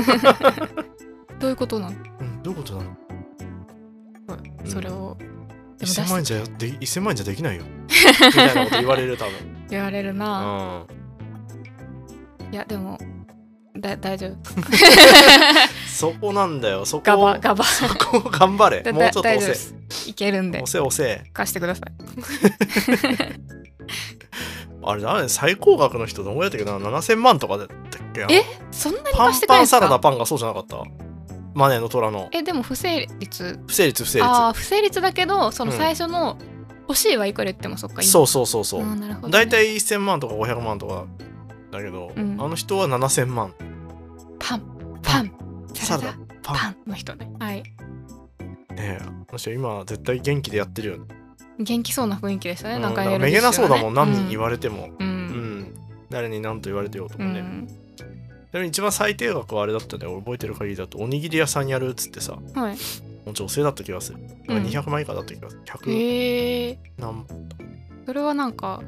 Speaker 2: どういうことなの、
Speaker 1: うん、どういうことなのん
Speaker 2: それをでも出
Speaker 1: 1000万円
Speaker 2: し
Speaker 1: じゃで1000万円じゃでき ないよみたいなこと言われる多分
Speaker 2: 言われるな、
Speaker 1: う
Speaker 2: いやでもだ大丈夫
Speaker 1: んそこなんだよそこ
Speaker 2: ガバガバ
Speaker 1: そこを頑張れ
Speaker 2: だ
Speaker 1: もうちょっと押
Speaker 2: 大丈夫で
Speaker 1: せ
Speaker 2: すいけるんで
Speaker 1: 押せ押せ
Speaker 2: 貸してください
Speaker 1: あれだね最高額の人どうやったっけな7000万とかだったっけな
Speaker 2: えそんなに
Speaker 1: パン
Speaker 2: 貸してくれ
Speaker 1: パ
Speaker 2: るん
Speaker 1: ン
Speaker 2: ですか
Speaker 1: サラダパンがそうじゃなかったマネーの虎の
Speaker 2: えでも不成立
Speaker 1: 不成立不成
Speaker 2: あ
Speaker 1: 立
Speaker 2: あ不成立だけどその
Speaker 1: うん
Speaker 2: 最初の欲しいはいくら言ってもそっか
Speaker 1: そうそうそう
Speaker 2: う
Speaker 1: そう
Speaker 2: なるほどね、
Speaker 1: 大体1000万とか500万とかだけど、
Speaker 2: うん
Speaker 1: あの人は7000万
Speaker 2: パンパン
Speaker 1: サ
Speaker 2: サラ
Speaker 1: ラ
Speaker 2: ダ
Speaker 1: ダパン
Speaker 2: パンの人ねはい
Speaker 1: ねえあの人今絶対元気でやってるよね
Speaker 2: 元気そうな雰囲気でしたね、
Speaker 1: うん
Speaker 2: な
Speaker 1: だ
Speaker 2: ん
Speaker 1: か
Speaker 2: からやる
Speaker 1: めげなそうだもん、何人言
Speaker 2: わ
Speaker 1: われても、う
Speaker 2: う
Speaker 1: ん
Speaker 2: ん、
Speaker 1: 誰に何と言われてよと
Speaker 2: う
Speaker 1: か
Speaker 2: ん
Speaker 1: ね、ちなみに一番最低額はあれだったね俺覚えてる限りだとおにぎり屋さんやるっつってさも
Speaker 2: はい、
Speaker 1: う女性だった気がするなんか
Speaker 2: うん
Speaker 1: 200万以下だった気がする100
Speaker 2: へえ
Speaker 1: 何
Speaker 2: それはなんか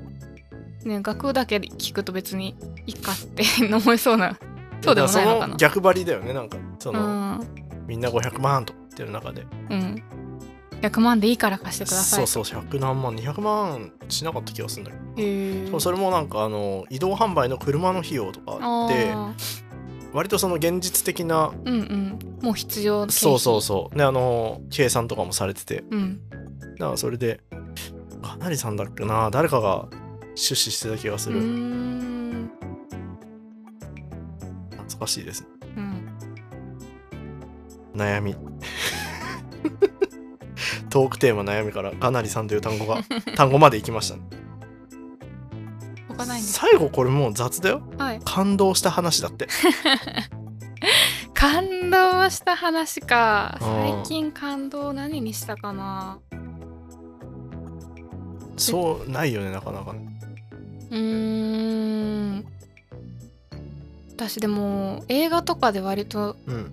Speaker 2: ね額だけ聞くと別にいいかって思いそうなそうでもないのか
Speaker 1: だ
Speaker 2: な
Speaker 1: らその逆張りだよねなんかその、
Speaker 2: うん
Speaker 1: みんな500万とか言ってる中で
Speaker 2: うん100万でいいから貸してくださ
Speaker 1: そ
Speaker 2: いう
Speaker 1: そう100何万200万しなかった気がするんだけど
Speaker 2: へー
Speaker 1: そうそれもなんかあの移動販売の車の費用とかあって
Speaker 2: あ
Speaker 1: 割とその現実的な
Speaker 2: ーうんうんもう必要経費
Speaker 1: そうそうそうねあの計算とかもされてて
Speaker 2: うん
Speaker 1: だからそれでかなりさんだっけな誰かが出資してた気がす
Speaker 2: うー
Speaker 1: る、
Speaker 2: ん
Speaker 1: 懐かしいですね
Speaker 2: うん
Speaker 1: 悩みトークテーマ悩みからかなりさんという単語 が単語までいきましたね
Speaker 2: 他ないんです
Speaker 1: 最後これもう雑だよ
Speaker 2: はい
Speaker 1: 感動した話だって
Speaker 2: 感動した話か
Speaker 1: うん
Speaker 2: 最近感動何にしたかな
Speaker 1: そうないよねなかなかね
Speaker 2: うーん私でも映画とかで割と
Speaker 1: うん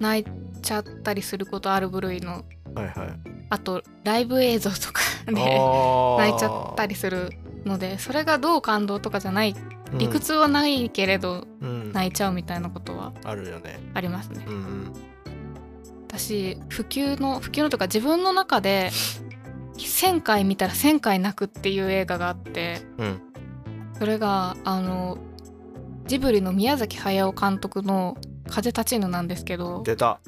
Speaker 2: 泣いちゃったりすることある部類の
Speaker 1: はいはい
Speaker 2: あとライブ映像とか で泣
Speaker 1: 泣
Speaker 2: いちゃったりするのでそれがどう感動とかじゃない理屈はないけれど
Speaker 1: うん
Speaker 2: 泣いちゃうみたいなことは
Speaker 1: あるよね
Speaker 2: ありますね
Speaker 1: う。ん
Speaker 2: 私普及の普及のというか自分の中で1,000回見たら1,000回泣くっていう映画があって。
Speaker 1: うん
Speaker 2: それがあのジブリの宮崎駿監督の「風立ちぬ」なんですけど
Speaker 1: 出た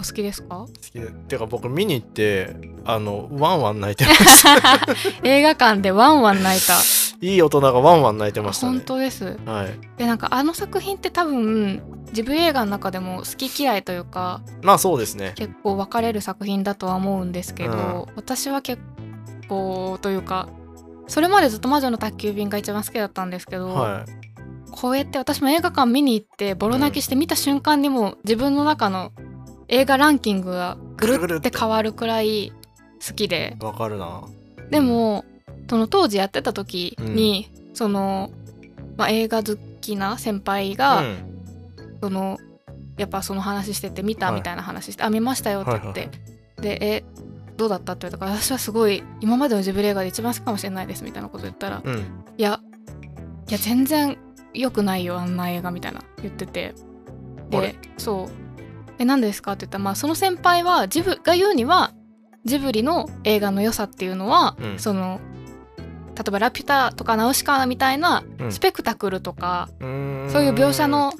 Speaker 2: お好きですか
Speaker 1: 好きでてか僕見に行ってあのワンワン泣いてました
Speaker 2: 映画館でワンワン泣いた、
Speaker 1: いい大人がワンワン泣いてました
Speaker 2: 本
Speaker 1: ね
Speaker 2: 当です
Speaker 1: はい
Speaker 2: でなんかあの作品って多分ジブリ映画の中でも好き嫌いというか
Speaker 1: まあそうですね
Speaker 2: 結構分かれる作品だとは思うんですけど、私は結構というかそれまでずっと「魔女の宅急便」が一番好きだったんですけど、
Speaker 1: は
Speaker 2: こうやって私も映画館見に行ってボロ泣きして見た瞬間にもう自分の中の映画ランキングが
Speaker 1: ぐ
Speaker 2: ぐる
Speaker 1: る
Speaker 2: っ
Speaker 1: ぐるって
Speaker 2: て変わるくらい好きで
Speaker 1: いわかるな
Speaker 2: でもその当時やってた時に、その、まあ、映画好きな先輩が、
Speaker 1: うん
Speaker 2: そのやっぱその話してて見た
Speaker 1: はい
Speaker 2: みたいな話して、あ見ましたよって言って、
Speaker 1: はい
Speaker 2: でえどうだったって言われたから私はすごい今までのジブリ映画で一番好きかもしれないですみたいなこと言ったら、
Speaker 1: うん
Speaker 2: いやいや全然良くないよあんな映画みたいな言ってて
Speaker 1: あれ
Speaker 2: でそう「え何ですか?」って言ったら、まあ、その先輩はジブが言うにはジブリの映画の良さっていうのは、
Speaker 1: うん
Speaker 2: その例えば「ラピュタ」とか「ナウシカ」みたいな
Speaker 1: うん
Speaker 2: スペクタクルとか、
Speaker 1: うーん
Speaker 2: そういう描写の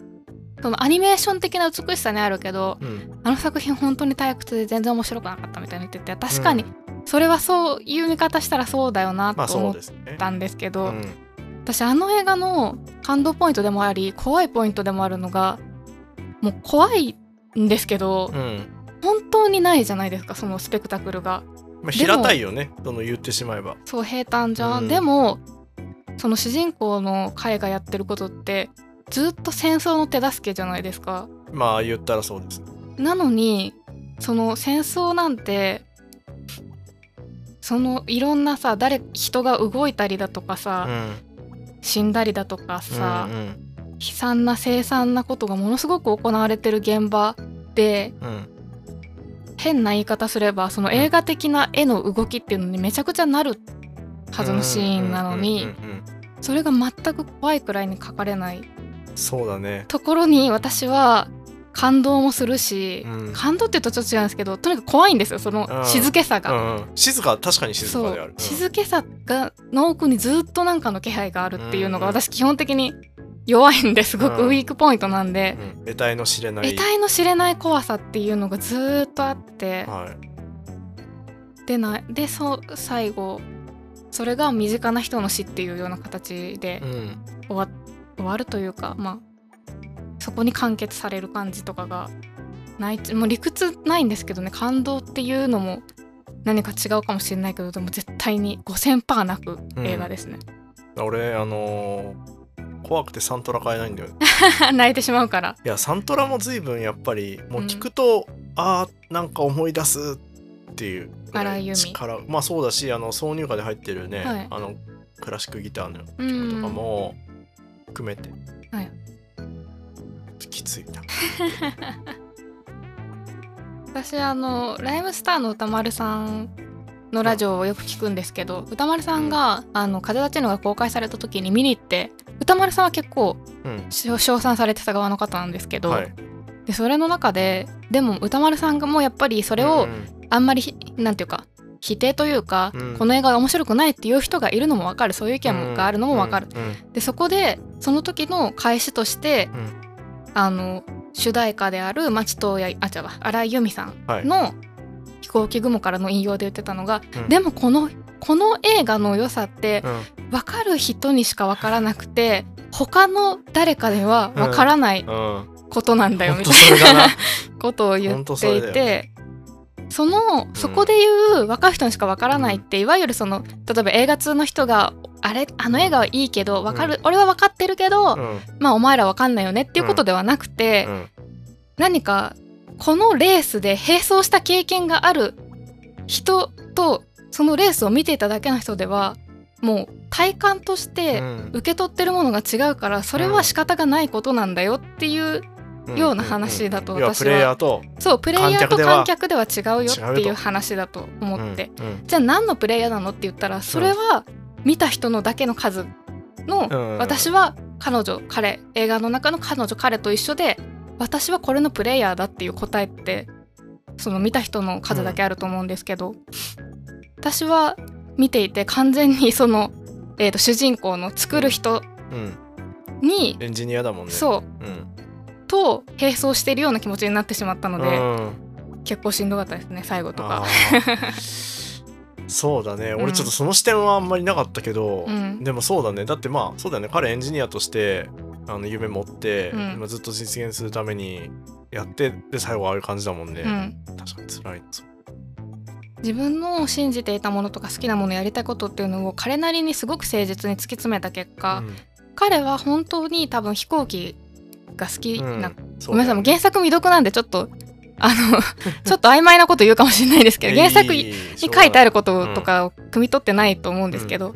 Speaker 2: そのアニメーション的な美しさにあるけど
Speaker 1: うん
Speaker 2: あの作品本当に退屈で全然面白くなかったみたいに言ってて確かにそれはそういう見方したらそうだよな
Speaker 1: まあ
Speaker 2: と
Speaker 1: そ
Speaker 2: 思
Speaker 1: う
Speaker 2: っ
Speaker 1: ですね
Speaker 2: たんですけど。
Speaker 1: うん
Speaker 2: 私あの映画の感動ポイントでもあり怖いポイントでもあるのがもう怖いんですけど、
Speaker 1: うん
Speaker 2: 本当にないじゃないですかそのスペクタクルが
Speaker 1: まあ平たいよねその言ってしまえば
Speaker 2: そう平坦じゃん、
Speaker 1: うん
Speaker 2: でもその主人公の彼がやってることってずっと戦争の手助けじゃないですか
Speaker 1: まあ言ったらそうです
Speaker 2: なのにその戦争なんてそのいろんなさ誰人が動いたりだと
Speaker 1: う
Speaker 2: か
Speaker 1: ん
Speaker 2: さ、死んだりだとかさ、
Speaker 1: うん
Speaker 2: 悲惨な凄惨なことがものすごく行われてる現場で
Speaker 1: うんうん
Speaker 2: 変な言い方すればその映画的な絵の動きっていうのにめちゃくちゃなるはずのシーンなの
Speaker 1: うんう
Speaker 2: に
Speaker 1: んうんうん
Speaker 2: それが全く怖いくらいに描かれない
Speaker 1: そうだね
Speaker 2: ところに私は感動もするし、
Speaker 1: うん
Speaker 2: 感動って言うとちょっと違うんですけどとにかく怖いんですよその
Speaker 1: うん
Speaker 2: 静けさが。
Speaker 1: うんうん静か確かに静
Speaker 2: そ
Speaker 1: かである
Speaker 2: う静けさがの奥にずっとなんかの気配があるっていうのが
Speaker 1: うん
Speaker 2: 私基本的に弱いんですごく
Speaker 1: うん
Speaker 2: ウィークポイントなんで、
Speaker 1: うん得体の知れない
Speaker 2: 得体の知れない怖さっていうのがずーっとあって
Speaker 1: はい
Speaker 2: でなでそう最後それが身近な人の死っていうような形で
Speaker 1: うん
Speaker 2: 終わ終わるというかまあそこに完結される感じとかがないもう理屈ないんですけどね感動っていうのも何か違うかもしれないけどでも絶対に5000%なく映画ですね、
Speaker 1: 俺あのー怖くてサントラ買えないんだよね
Speaker 2: 泣いてしまうから
Speaker 1: いやサントラも随分やっぱりもう聞くと、あーなんか思い出すっていうぐら
Speaker 2: 荒井由
Speaker 1: い
Speaker 2: 実
Speaker 1: 力まあそうだしあの挿入歌で入ってるね、
Speaker 2: はい
Speaker 1: あのクラシックギターの
Speaker 2: う
Speaker 1: とか
Speaker 2: ん
Speaker 1: も含めて、
Speaker 2: はい
Speaker 1: きついな
Speaker 2: 私あのライムスターの歌丸さんのラジオをよく聞くんですけど歌丸さんが「あの風立ちぬ」が公開された時に見に行って歌丸さんは結構
Speaker 1: うん
Speaker 2: しょ称賛されてた側の方なんですけど、
Speaker 1: はい
Speaker 2: でそれの中ででも歌丸さんがもうやっぱりそれ
Speaker 1: う
Speaker 2: を
Speaker 1: ん
Speaker 2: あんまりひなんていうか否定というか、
Speaker 1: うん
Speaker 2: この映画が面白くないっていう人がいるのもわかるそういう意見があるのもわかる、。
Speaker 1: うん
Speaker 2: でそこでその時の返しとして、
Speaker 1: うん
Speaker 2: あの主題歌である町とやあじゃあ荒井由実さん
Speaker 1: はい
Speaker 2: の「飛行機雲」からの引用で言ってたのが、
Speaker 1: うん
Speaker 2: でもこのこの映画の良さって
Speaker 1: うんうん
Speaker 2: 分かる人にしか分からなくて他の誰かでは分からない
Speaker 1: うん。
Speaker 2: ことなんだよ
Speaker 1: 本
Speaker 2: み
Speaker 1: 当そ
Speaker 2: た
Speaker 1: れ
Speaker 2: い
Speaker 1: だ
Speaker 2: な
Speaker 1: な。
Speaker 2: ことを言
Speaker 1: 本当
Speaker 2: っ
Speaker 1: そ
Speaker 2: てい
Speaker 1: れだよ
Speaker 2: て。そのそこで言う若い人にしかわからないっていわゆるその例えば映画通の人が「あれあの映画はいいけどわかる、俺は分かってるけど、
Speaker 1: うん
Speaker 2: まあお前らわかんないよね」っていうことではなくて、
Speaker 1: うん
Speaker 2: 何かこのレースで並走した経験がある人とそのレースを見ていただけの人ではもう体感として
Speaker 1: うん
Speaker 2: 受け取ってるものが違うからそれは仕方がないことなんだよっていう
Speaker 1: うん
Speaker 2: ような話だと
Speaker 1: うんうん要
Speaker 2: 私は
Speaker 1: プレイヤーと
Speaker 2: そうプレイヤー
Speaker 1: 観客
Speaker 2: と
Speaker 1: では
Speaker 2: 観客では違うよって
Speaker 1: 違う
Speaker 2: いう
Speaker 1: と
Speaker 2: 話だと思って、
Speaker 1: うんうん
Speaker 2: じゃあ何のプレイヤーなのって言ったらそれは見た人のだけの数の、
Speaker 1: うん
Speaker 2: 私は彼女彼映画の中の彼女彼と一緒で私はこれのプレイヤーだっていう答えってその見た人の数だけあると思うんですけど、私は見ていて完全にその、えー、と主人公の作る人
Speaker 1: うん
Speaker 2: に、
Speaker 1: エンジニアだもんね。
Speaker 2: そう
Speaker 1: うん。
Speaker 2: と並走しているような気持ちになってしまったの
Speaker 1: う
Speaker 2: で、
Speaker 1: ん。
Speaker 2: 結構しんどかったですね最後と
Speaker 1: あ
Speaker 2: か。
Speaker 1: ー そうだね。
Speaker 2: うん
Speaker 1: 俺ちょっとその視点はあんまりなかったけど
Speaker 2: う、ん
Speaker 1: でもそうだね。だってまあそうだよね。彼エンジニアとしてあの夢持って
Speaker 2: う、ん
Speaker 1: まあずっと実現するためにやってで最後ああいう感じだもんね。
Speaker 2: うん、
Speaker 1: 確かに辛いな。そう
Speaker 2: 自分の信じていたものとか好きなものやりたいことっていうのを彼なりにすごく誠実に突き詰めた結果、
Speaker 1: うん
Speaker 2: 彼は本当に多分飛行機が好きな、
Speaker 1: うんそ
Speaker 2: ご
Speaker 1: うだ
Speaker 2: めんなさい
Speaker 1: よ
Speaker 2: も
Speaker 1: ね
Speaker 2: う原作未読なんでちょっとあの ちょっと曖昧なこと言うかもしれないですけど原作に書いてあ
Speaker 1: る
Speaker 2: ることとかを汲み取ってないと思うんですけど、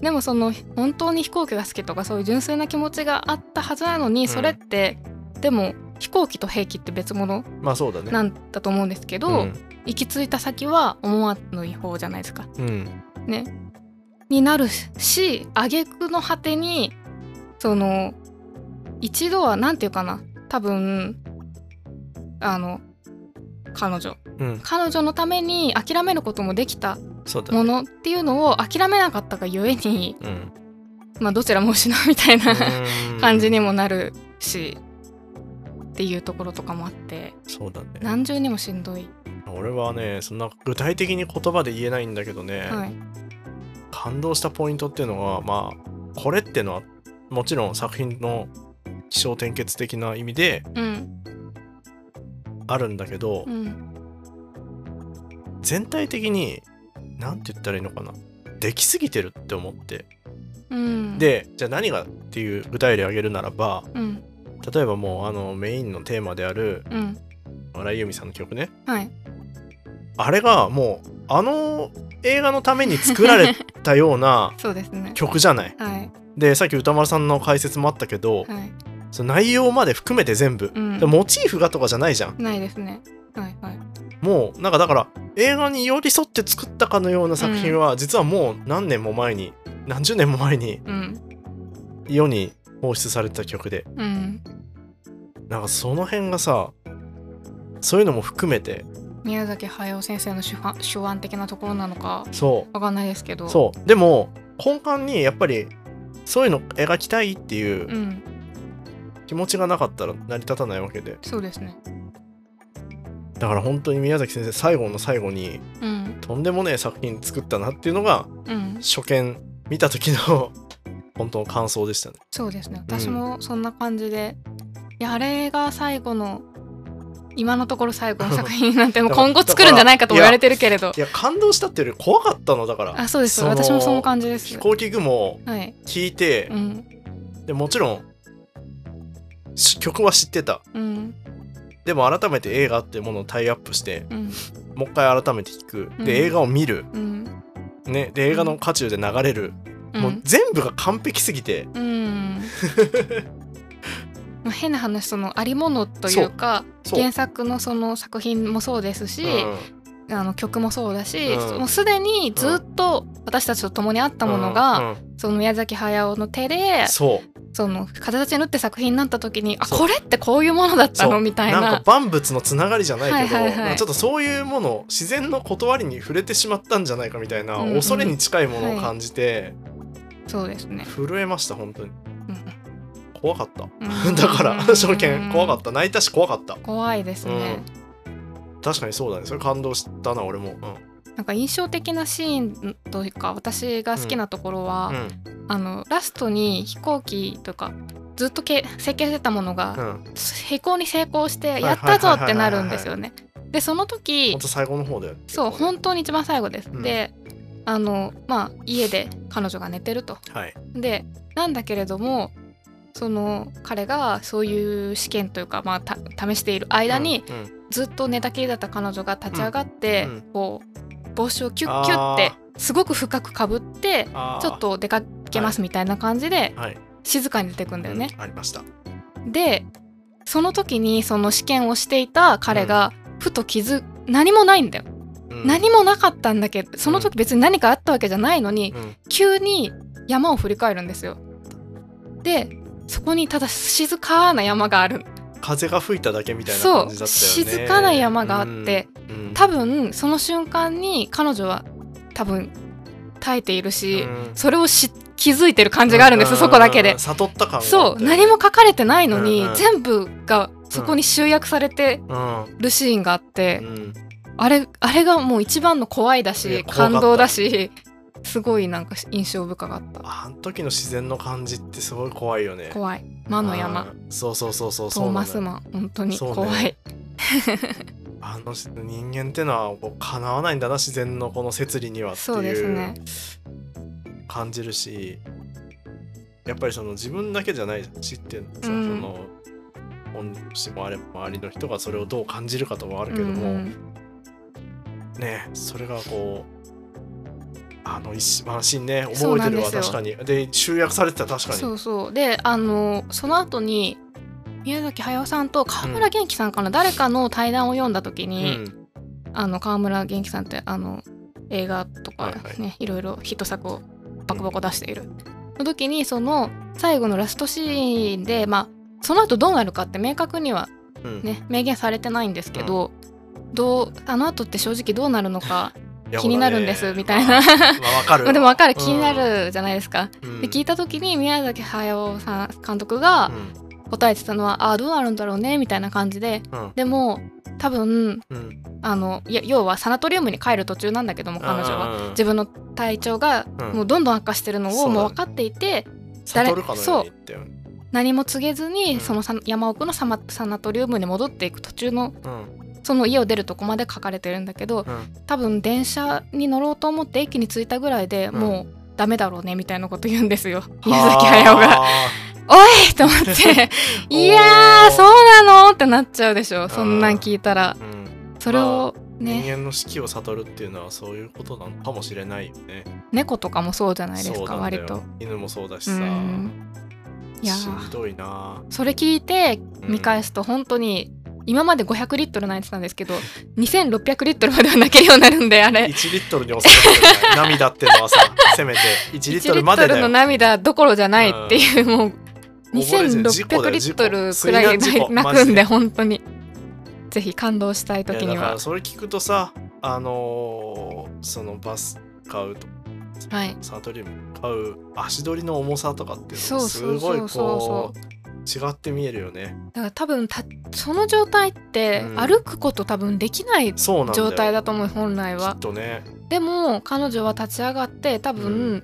Speaker 2: でもその本当に飛行機が好きとかそういう純粋な気持ちがあったはずなのに、
Speaker 1: ん
Speaker 2: それってでも飛行機と兵器って別物
Speaker 1: まあそうだね。
Speaker 2: なんだと思うんですけど、
Speaker 1: うん
Speaker 2: 行き着いた先は思わぬ方じゃないですか。
Speaker 1: うん
Speaker 2: になるし挙句の果てにその一度はなんていうかな多分あの彼女
Speaker 1: うん
Speaker 2: 彼女のために諦めることもできた
Speaker 1: そうだね
Speaker 2: ものっていうのを諦めなかったがゆえに、
Speaker 1: うん
Speaker 2: まあ、どちらも失うみたいな
Speaker 1: うん
Speaker 2: 感じにもなるしっていうところとかもあって
Speaker 1: そうだね
Speaker 2: 何重にもしんどい。
Speaker 1: 俺はねそんな具体的に言葉で言えないんだけどね、
Speaker 2: はい
Speaker 1: 感動したポイントっていうのがまあこれってのはもちろん作品の気象転結的な意味で
Speaker 2: うん
Speaker 1: あるんだけど、
Speaker 2: うん
Speaker 1: 全体的に何て言ったらいいのかなできすぎてるって思って、
Speaker 2: うん、
Speaker 1: でじゃあ何がっていう具体例挙げるならば
Speaker 2: うん
Speaker 1: 例えばもうあのメインのテーマである
Speaker 2: うん
Speaker 1: 荒井由実さんの曲ね
Speaker 2: はい
Speaker 1: あれがもうあの映画のために作られたよう な
Speaker 2: そうですね。
Speaker 1: 曲じゃない。
Speaker 2: はい
Speaker 1: でさっき歌丸さんの解説もあったけど、
Speaker 2: はい
Speaker 1: その内容まで含めて全部、
Speaker 2: うん
Speaker 1: でモチーフがとかじゃないじゃん
Speaker 2: ないですね。はいはい。
Speaker 1: もうなんかだから映画に寄り添って作ったかのような作品は、実はもう何年も前に何十年も前に
Speaker 2: うん
Speaker 1: 世に放出されてた曲で
Speaker 2: うん。
Speaker 1: なんかその辺がさそういうのも含めて
Speaker 2: 宮崎駿先生の手腕手腕的なところなのか
Speaker 1: そう
Speaker 2: わかんないですけど。
Speaker 1: そうでも根幹にやっぱりそういうの描きたいっていう
Speaker 2: う。うん。
Speaker 1: 気持ちがなかったら成り立たないわけで
Speaker 2: そうですね。
Speaker 1: だから本当に宮崎先生最後の最後に
Speaker 2: うん
Speaker 1: とんでもねえ作品作ったなっていうのが
Speaker 2: うん。
Speaker 1: 初見見た時の本当の感想でしたね
Speaker 2: そうですね。私もそんな感じで、いやあれが最後の今のところ最 後の作品なんてもう
Speaker 1: だから
Speaker 2: 今後作るんじゃないかとも言われてるけれど
Speaker 1: い。や感動したっていうより怖かったのだから
Speaker 2: あそうです
Speaker 1: の
Speaker 2: 私もその感じです
Speaker 1: 飛。行機雲を
Speaker 2: はい。
Speaker 1: 聞いて
Speaker 2: う、ん
Speaker 1: でもちろんし曲は知ってた
Speaker 2: うん
Speaker 1: でも改めて映画っていうものをタイアップして
Speaker 2: うん
Speaker 1: もう一回改めて聞くで、
Speaker 2: うん
Speaker 1: 映画を見る
Speaker 2: うん
Speaker 1: ねで映画の渦中で流れる、
Speaker 2: う。
Speaker 1: もうん全部が完璧すぎて
Speaker 2: うん。 まあ変な話そのありものというか。
Speaker 1: そう
Speaker 2: 原作のその作品もそうですし、あの曲もそうだし、
Speaker 1: うん
Speaker 2: もうすでにずっと私たちと共にあったものが、
Speaker 1: うんうん
Speaker 2: その宮崎駿の手で
Speaker 1: そう
Speaker 2: その形縫って作品になった時にあ
Speaker 1: そう
Speaker 2: これってこういうものだった
Speaker 1: そ
Speaker 2: の
Speaker 1: う
Speaker 2: みたい
Speaker 1: なんか
Speaker 2: な
Speaker 1: 万物のつながりじゃないけど、
Speaker 2: はいはいはい
Speaker 1: なんかちょっとそういうもの自然の断りに触れてしまったんじゃないかみたいな、
Speaker 2: うんうん
Speaker 1: 恐れに近いものを感じて、
Speaker 2: そうですね、
Speaker 1: 震えました本当に
Speaker 2: うん
Speaker 1: 怖かった、
Speaker 2: うん
Speaker 1: だから証券怖かったた泣いたし怖かった
Speaker 2: 怖いですね、
Speaker 1: 確かにそうだねそれ感動したな俺もう
Speaker 2: なんか印象的なシーンというか私が好きなところは、
Speaker 1: ん
Speaker 2: あのラストに飛行機とかずっとけ成形してたものが、
Speaker 1: うんうん
Speaker 2: 飛行に成功して
Speaker 1: い
Speaker 2: やったぞってなるんですよね。でその時
Speaker 1: 本当最後の方だよね
Speaker 2: そう
Speaker 1: 結構ね
Speaker 2: 本当に一番最後です。
Speaker 1: うん
Speaker 2: であのまあ家で彼女が寝てると。
Speaker 1: はい
Speaker 2: でなんだけれどもその彼がそういう試験というか、まあ、た試している間に
Speaker 1: うんうん
Speaker 2: ずっと寝たきりだった彼女が立ち上がって、
Speaker 1: うんうん
Speaker 2: こう帽子をキュッキュッて
Speaker 1: あ
Speaker 2: すごく深くかぶって
Speaker 1: あー
Speaker 2: ちょっと出かけますみたいな感じで
Speaker 1: はい
Speaker 2: 静かに出てくんだよね。
Speaker 1: うんありました
Speaker 2: でその時にその試験をしていた彼がふと気づ何もないんだよ、
Speaker 1: うん
Speaker 2: 何もなかったんだけどその時別に何かあったわけじゃないのに、
Speaker 1: うん
Speaker 2: 急に山を振り返るんですよでそこにただ静かな山がある
Speaker 1: 風が吹いただけみたいな
Speaker 2: そ
Speaker 1: 感
Speaker 2: う
Speaker 1: じだったよね
Speaker 2: 静かな山があって、
Speaker 1: うんうん
Speaker 2: 多分その瞬間に彼女は多分耐えているし、
Speaker 1: うん
Speaker 2: それをし気づいてる感じがあるんですよそこだけで
Speaker 1: 悟った感があったよね
Speaker 2: そう何も書かれてないのに、
Speaker 1: うんうん
Speaker 2: 全部がそこに集約されて
Speaker 1: うん
Speaker 2: るシーンがあって、
Speaker 1: うん
Speaker 2: あれあれがもう一番の怖い
Speaker 1: い
Speaker 2: だ
Speaker 1: や怖
Speaker 2: し
Speaker 1: かった
Speaker 2: 感動だしすごいなんか印象深かった
Speaker 1: あの時の自然の感じってすごい怖いよね
Speaker 2: 怖い魔の山
Speaker 1: うんそうそうそうそう
Speaker 2: ト
Speaker 1: そ
Speaker 2: ー
Speaker 1: うな
Speaker 2: マ
Speaker 1: んだ
Speaker 2: ス
Speaker 1: よ
Speaker 2: マン本当に
Speaker 1: そうね
Speaker 2: 怖い、
Speaker 1: あの人間ってのはこうかなわないんだな自然のこの摂理にはって
Speaker 2: そうで
Speaker 1: い
Speaker 2: す
Speaker 1: う
Speaker 2: ね
Speaker 1: 感じるし、やっぱりその自分だけじゃないしっていうのさ、
Speaker 2: うん
Speaker 1: その本心もあれば周りの人がそれをどう感じるかともあるけども、
Speaker 2: うん
Speaker 1: ねそれがこうあの一ワンシーンね覚
Speaker 2: そう
Speaker 1: え
Speaker 2: な
Speaker 1: て
Speaker 2: ん
Speaker 1: る
Speaker 2: で
Speaker 1: わ
Speaker 2: すよ
Speaker 1: 確かにで集約されてた確かに
Speaker 2: そうそうであのその後に宮崎駿さんと川村元気さんかな、誰かの対談を読んだ時
Speaker 1: う
Speaker 2: に、
Speaker 1: ん
Speaker 2: あの川村元気さんってあの映画とか
Speaker 1: はい
Speaker 2: ね、
Speaker 1: はい
Speaker 2: いろいろヒット作をバコバコ出している、の時にその最後のラストシーンでまあその後どうなるかって明確には
Speaker 1: うん
Speaker 2: ね明言されてないんですけど、どうあの後って正直どうなるのか
Speaker 1: いや
Speaker 2: 気になるんです
Speaker 1: ほらね
Speaker 2: みたいな
Speaker 1: まあまあわかる
Speaker 2: まあでも分かる気にな、るじゃないですか、
Speaker 1: うんうん
Speaker 2: で聞いた時に宮崎駿さん監督が
Speaker 1: うん
Speaker 2: 答えてたのは、ああどうなるんだろうねみたいな感じで
Speaker 1: うん
Speaker 2: でも多分
Speaker 1: うん
Speaker 2: あのいや要はサナトリウムに帰る途中なんだけども彼女は
Speaker 1: うんうんうん
Speaker 2: 自分の体調が
Speaker 1: うん
Speaker 2: もうどんどん悪化してるの
Speaker 1: そ
Speaker 2: を
Speaker 1: うだね
Speaker 2: もう分かっていて、
Speaker 1: 悟るかのように言ったよね
Speaker 2: 何も告げずに、
Speaker 1: うん
Speaker 2: そのさ山奥のサマサナトリウムに戻っていく途中の
Speaker 1: うん
Speaker 2: その家を出るとこまで書かれてるんだけど
Speaker 1: うん
Speaker 2: 多分電車に乗ろうと思って駅に着いたぐらいで、
Speaker 1: うん
Speaker 2: もうダメだろうねみたいなこと言うんですよ宮崎 駿が。
Speaker 1: は
Speaker 2: おいと思っ て
Speaker 1: おー
Speaker 2: いやーそうなのってなっちゃうでしょそんなん聞いたら
Speaker 1: ーうん
Speaker 2: それを
Speaker 1: 人
Speaker 2: ね
Speaker 1: 間の死期を悟るっていうのはそういうことなのかもしれないよね。
Speaker 2: 猫とかもそうじゃないです
Speaker 1: そう
Speaker 2: か
Speaker 1: なんだ
Speaker 2: 割
Speaker 1: よ
Speaker 2: と。
Speaker 1: 犬もそうだしさ。
Speaker 2: うんいや
Speaker 1: し
Speaker 2: ー
Speaker 1: んどいな。
Speaker 2: それ聞いて
Speaker 1: うん
Speaker 2: 見返すと本当に今まで500リットル泣いてたんですけど2600リットルまでは泣けるようになるんであ
Speaker 1: 1
Speaker 2: れ
Speaker 1: リットルに収まって るね涙ってのはさ、せめて1リット
Speaker 2: 1リ
Speaker 1: ルま
Speaker 2: ット
Speaker 1: でだ
Speaker 2: ル
Speaker 1: よ
Speaker 2: の。涙どころじゃないっていうもう
Speaker 1: 溺れずに事故だよ
Speaker 2: 2600リットルくら
Speaker 1: 事故水難
Speaker 2: い
Speaker 1: 事故
Speaker 2: 泣くんで本当にぜひ感動したい
Speaker 1: いや
Speaker 2: 時に
Speaker 1: だか
Speaker 2: は
Speaker 1: らそれ聞くとさ、あのーそのバス買うと
Speaker 2: はい
Speaker 1: サントリウム買う足取りの重さとかっていうの
Speaker 2: そう
Speaker 1: がす
Speaker 2: そう
Speaker 1: ごい
Speaker 2: そうそう
Speaker 1: こ
Speaker 2: そう
Speaker 1: 違って見えるよね。
Speaker 2: だから多分たその状態って
Speaker 1: うん
Speaker 2: 歩くこと多分できない
Speaker 1: そうなんだよ。
Speaker 2: 状態だと思う本来
Speaker 1: き
Speaker 2: は
Speaker 1: っとね。
Speaker 2: でも彼女は立ち上がって多分、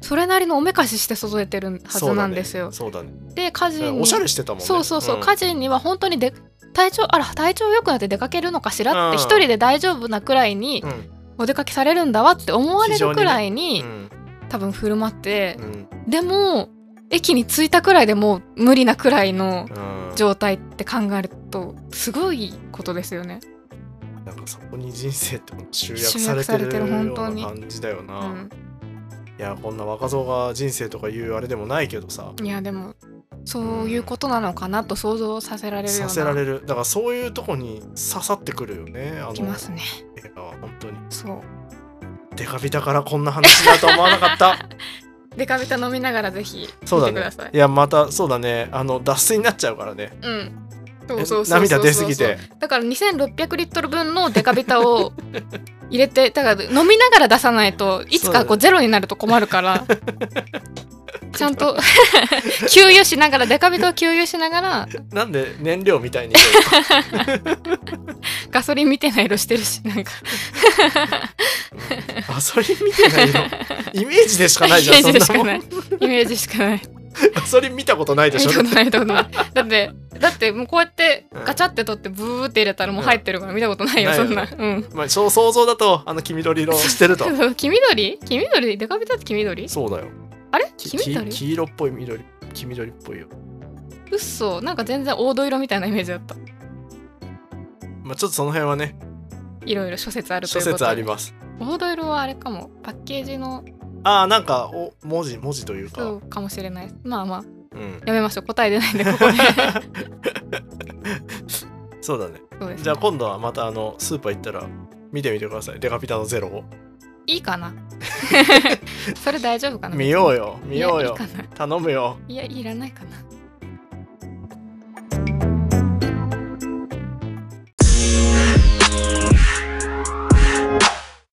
Speaker 1: う
Speaker 2: それなりのおめかしして外れてるはずなんですよ。
Speaker 1: そうだね。
Speaker 2: で家
Speaker 1: そうだね
Speaker 2: 事に
Speaker 1: おしゃれしてたもんね。
Speaker 2: そうそうそう、
Speaker 1: ん
Speaker 2: 家事には本当にで体調あら体調良くなって出かけるのかしらって
Speaker 1: うん
Speaker 2: 一人で大丈夫なくらいに
Speaker 1: うん
Speaker 2: お出かけされるんだわって思われるくらいに
Speaker 1: うん
Speaker 2: 多分振る舞って
Speaker 1: う、ん
Speaker 2: でも駅に着いたくらいでもう無理なくらいの
Speaker 1: うん
Speaker 2: 状態って考えるとすごいことですよね。
Speaker 1: なんかそこに人生って集約されて
Speaker 2: 集約され
Speaker 1: る
Speaker 2: てる
Speaker 1: よ
Speaker 2: 本
Speaker 1: う
Speaker 2: 当に
Speaker 1: な感じだよな、
Speaker 2: う
Speaker 1: いやこんな若造が人生とかいうあれでもないけどさ
Speaker 2: ん、いやでもそういうことなのかなと想像させられるよう
Speaker 1: さ
Speaker 2: な。
Speaker 1: せられるだからそういうとこに刺さってくるよねあの
Speaker 2: きますね。
Speaker 1: 映画は本当に
Speaker 2: そう。
Speaker 1: デカビタからこんな話だと思わなかった
Speaker 2: デカビタ飲みながらぜひ
Speaker 1: そう
Speaker 2: 見
Speaker 1: だ
Speaker 2: て
Speaker 1: ね
Speaker 2: ください。
Speaker 1: いやまたそうだねあの脱水になっちゃうからね
Speaker 2: うん。そうそうそうそう
Speaker 1: 涙出すぎて
Speaker 2: だから2600リットル分のデカビタを 入れてだから飲みながら出さないといつかこ
Speaker 1: そう
Speaker 2: ゼロになると困るから ちゃんと 給油しながらデカビタを給油しながら
Speaker 1: なんで燃料みた いに
Speaker 2: ガソリン見てない色してるしなんか
Speaker 1: ガソリン見て ないのイメージでしかないじゃん
Speaker 2: イメ
Speaker 1: そん
Speaker 2: ージで
Speaker 1: な
Speaker 2: しか
Speaker 1: も
Speaker 2: なんいイメージしかない
Speaker 1: ガソリン見たことないで
Speaker 2: 見
Speaker 1: したょ
Speaker 2: ことない見たことないだってだってもうこうやってガチャって取ってブーって入れたらもう入ってるから見たことないよ、
Speaker 1: ない
Speaker 2: そ
Speaker 1: よ
Speaker 2: んな、
Speaker 1: ね
Speaker 2: うん
Speaker 1: まあ、そう想像だとあの黄緑色して ると
Speaker 2: 黄緑黄緑デカビタって黄緑
Speaker 1: そうだよ
Speaker 2: あれ
Speaker 1: き
Speaker 2: 黄緑
Speaker 1: き黄色っぽい緑黄緑っぽいよ
Speaker 2: うっそなんか全然黄土色みたいなイメージだった
Speaker 1: まあちょっとその辺はね
Speaker 2: いろいろ諸説あると
Speaker 1: 諸
Speaker 2: いうこと
Speaker 1: 説
Speaker 2: で
Speaker 1: あります
Speaker 2: 黄土色はあれかもパッケージの
Speaker 1: ああなんかお文字文字というか
Speaker 2: そうかもしれないまあまあ
Speaker 1: うん
Speaker 2: やめましょう答え出ないんでここで
Speaker 1: そうだね
Speaker 2: そうですね
Speaker 1: じゃあ今度はまたあのスーパー行ったら見てみてくださいデカピタのゼロを
Speaker 2: いい かなそれ大丈夫かな
Speaker 1: 見ようよ見ようよ
Speaker 2: いやいいかな
Speaker 1: 頼むよ
Speaker 2: いやいらないかな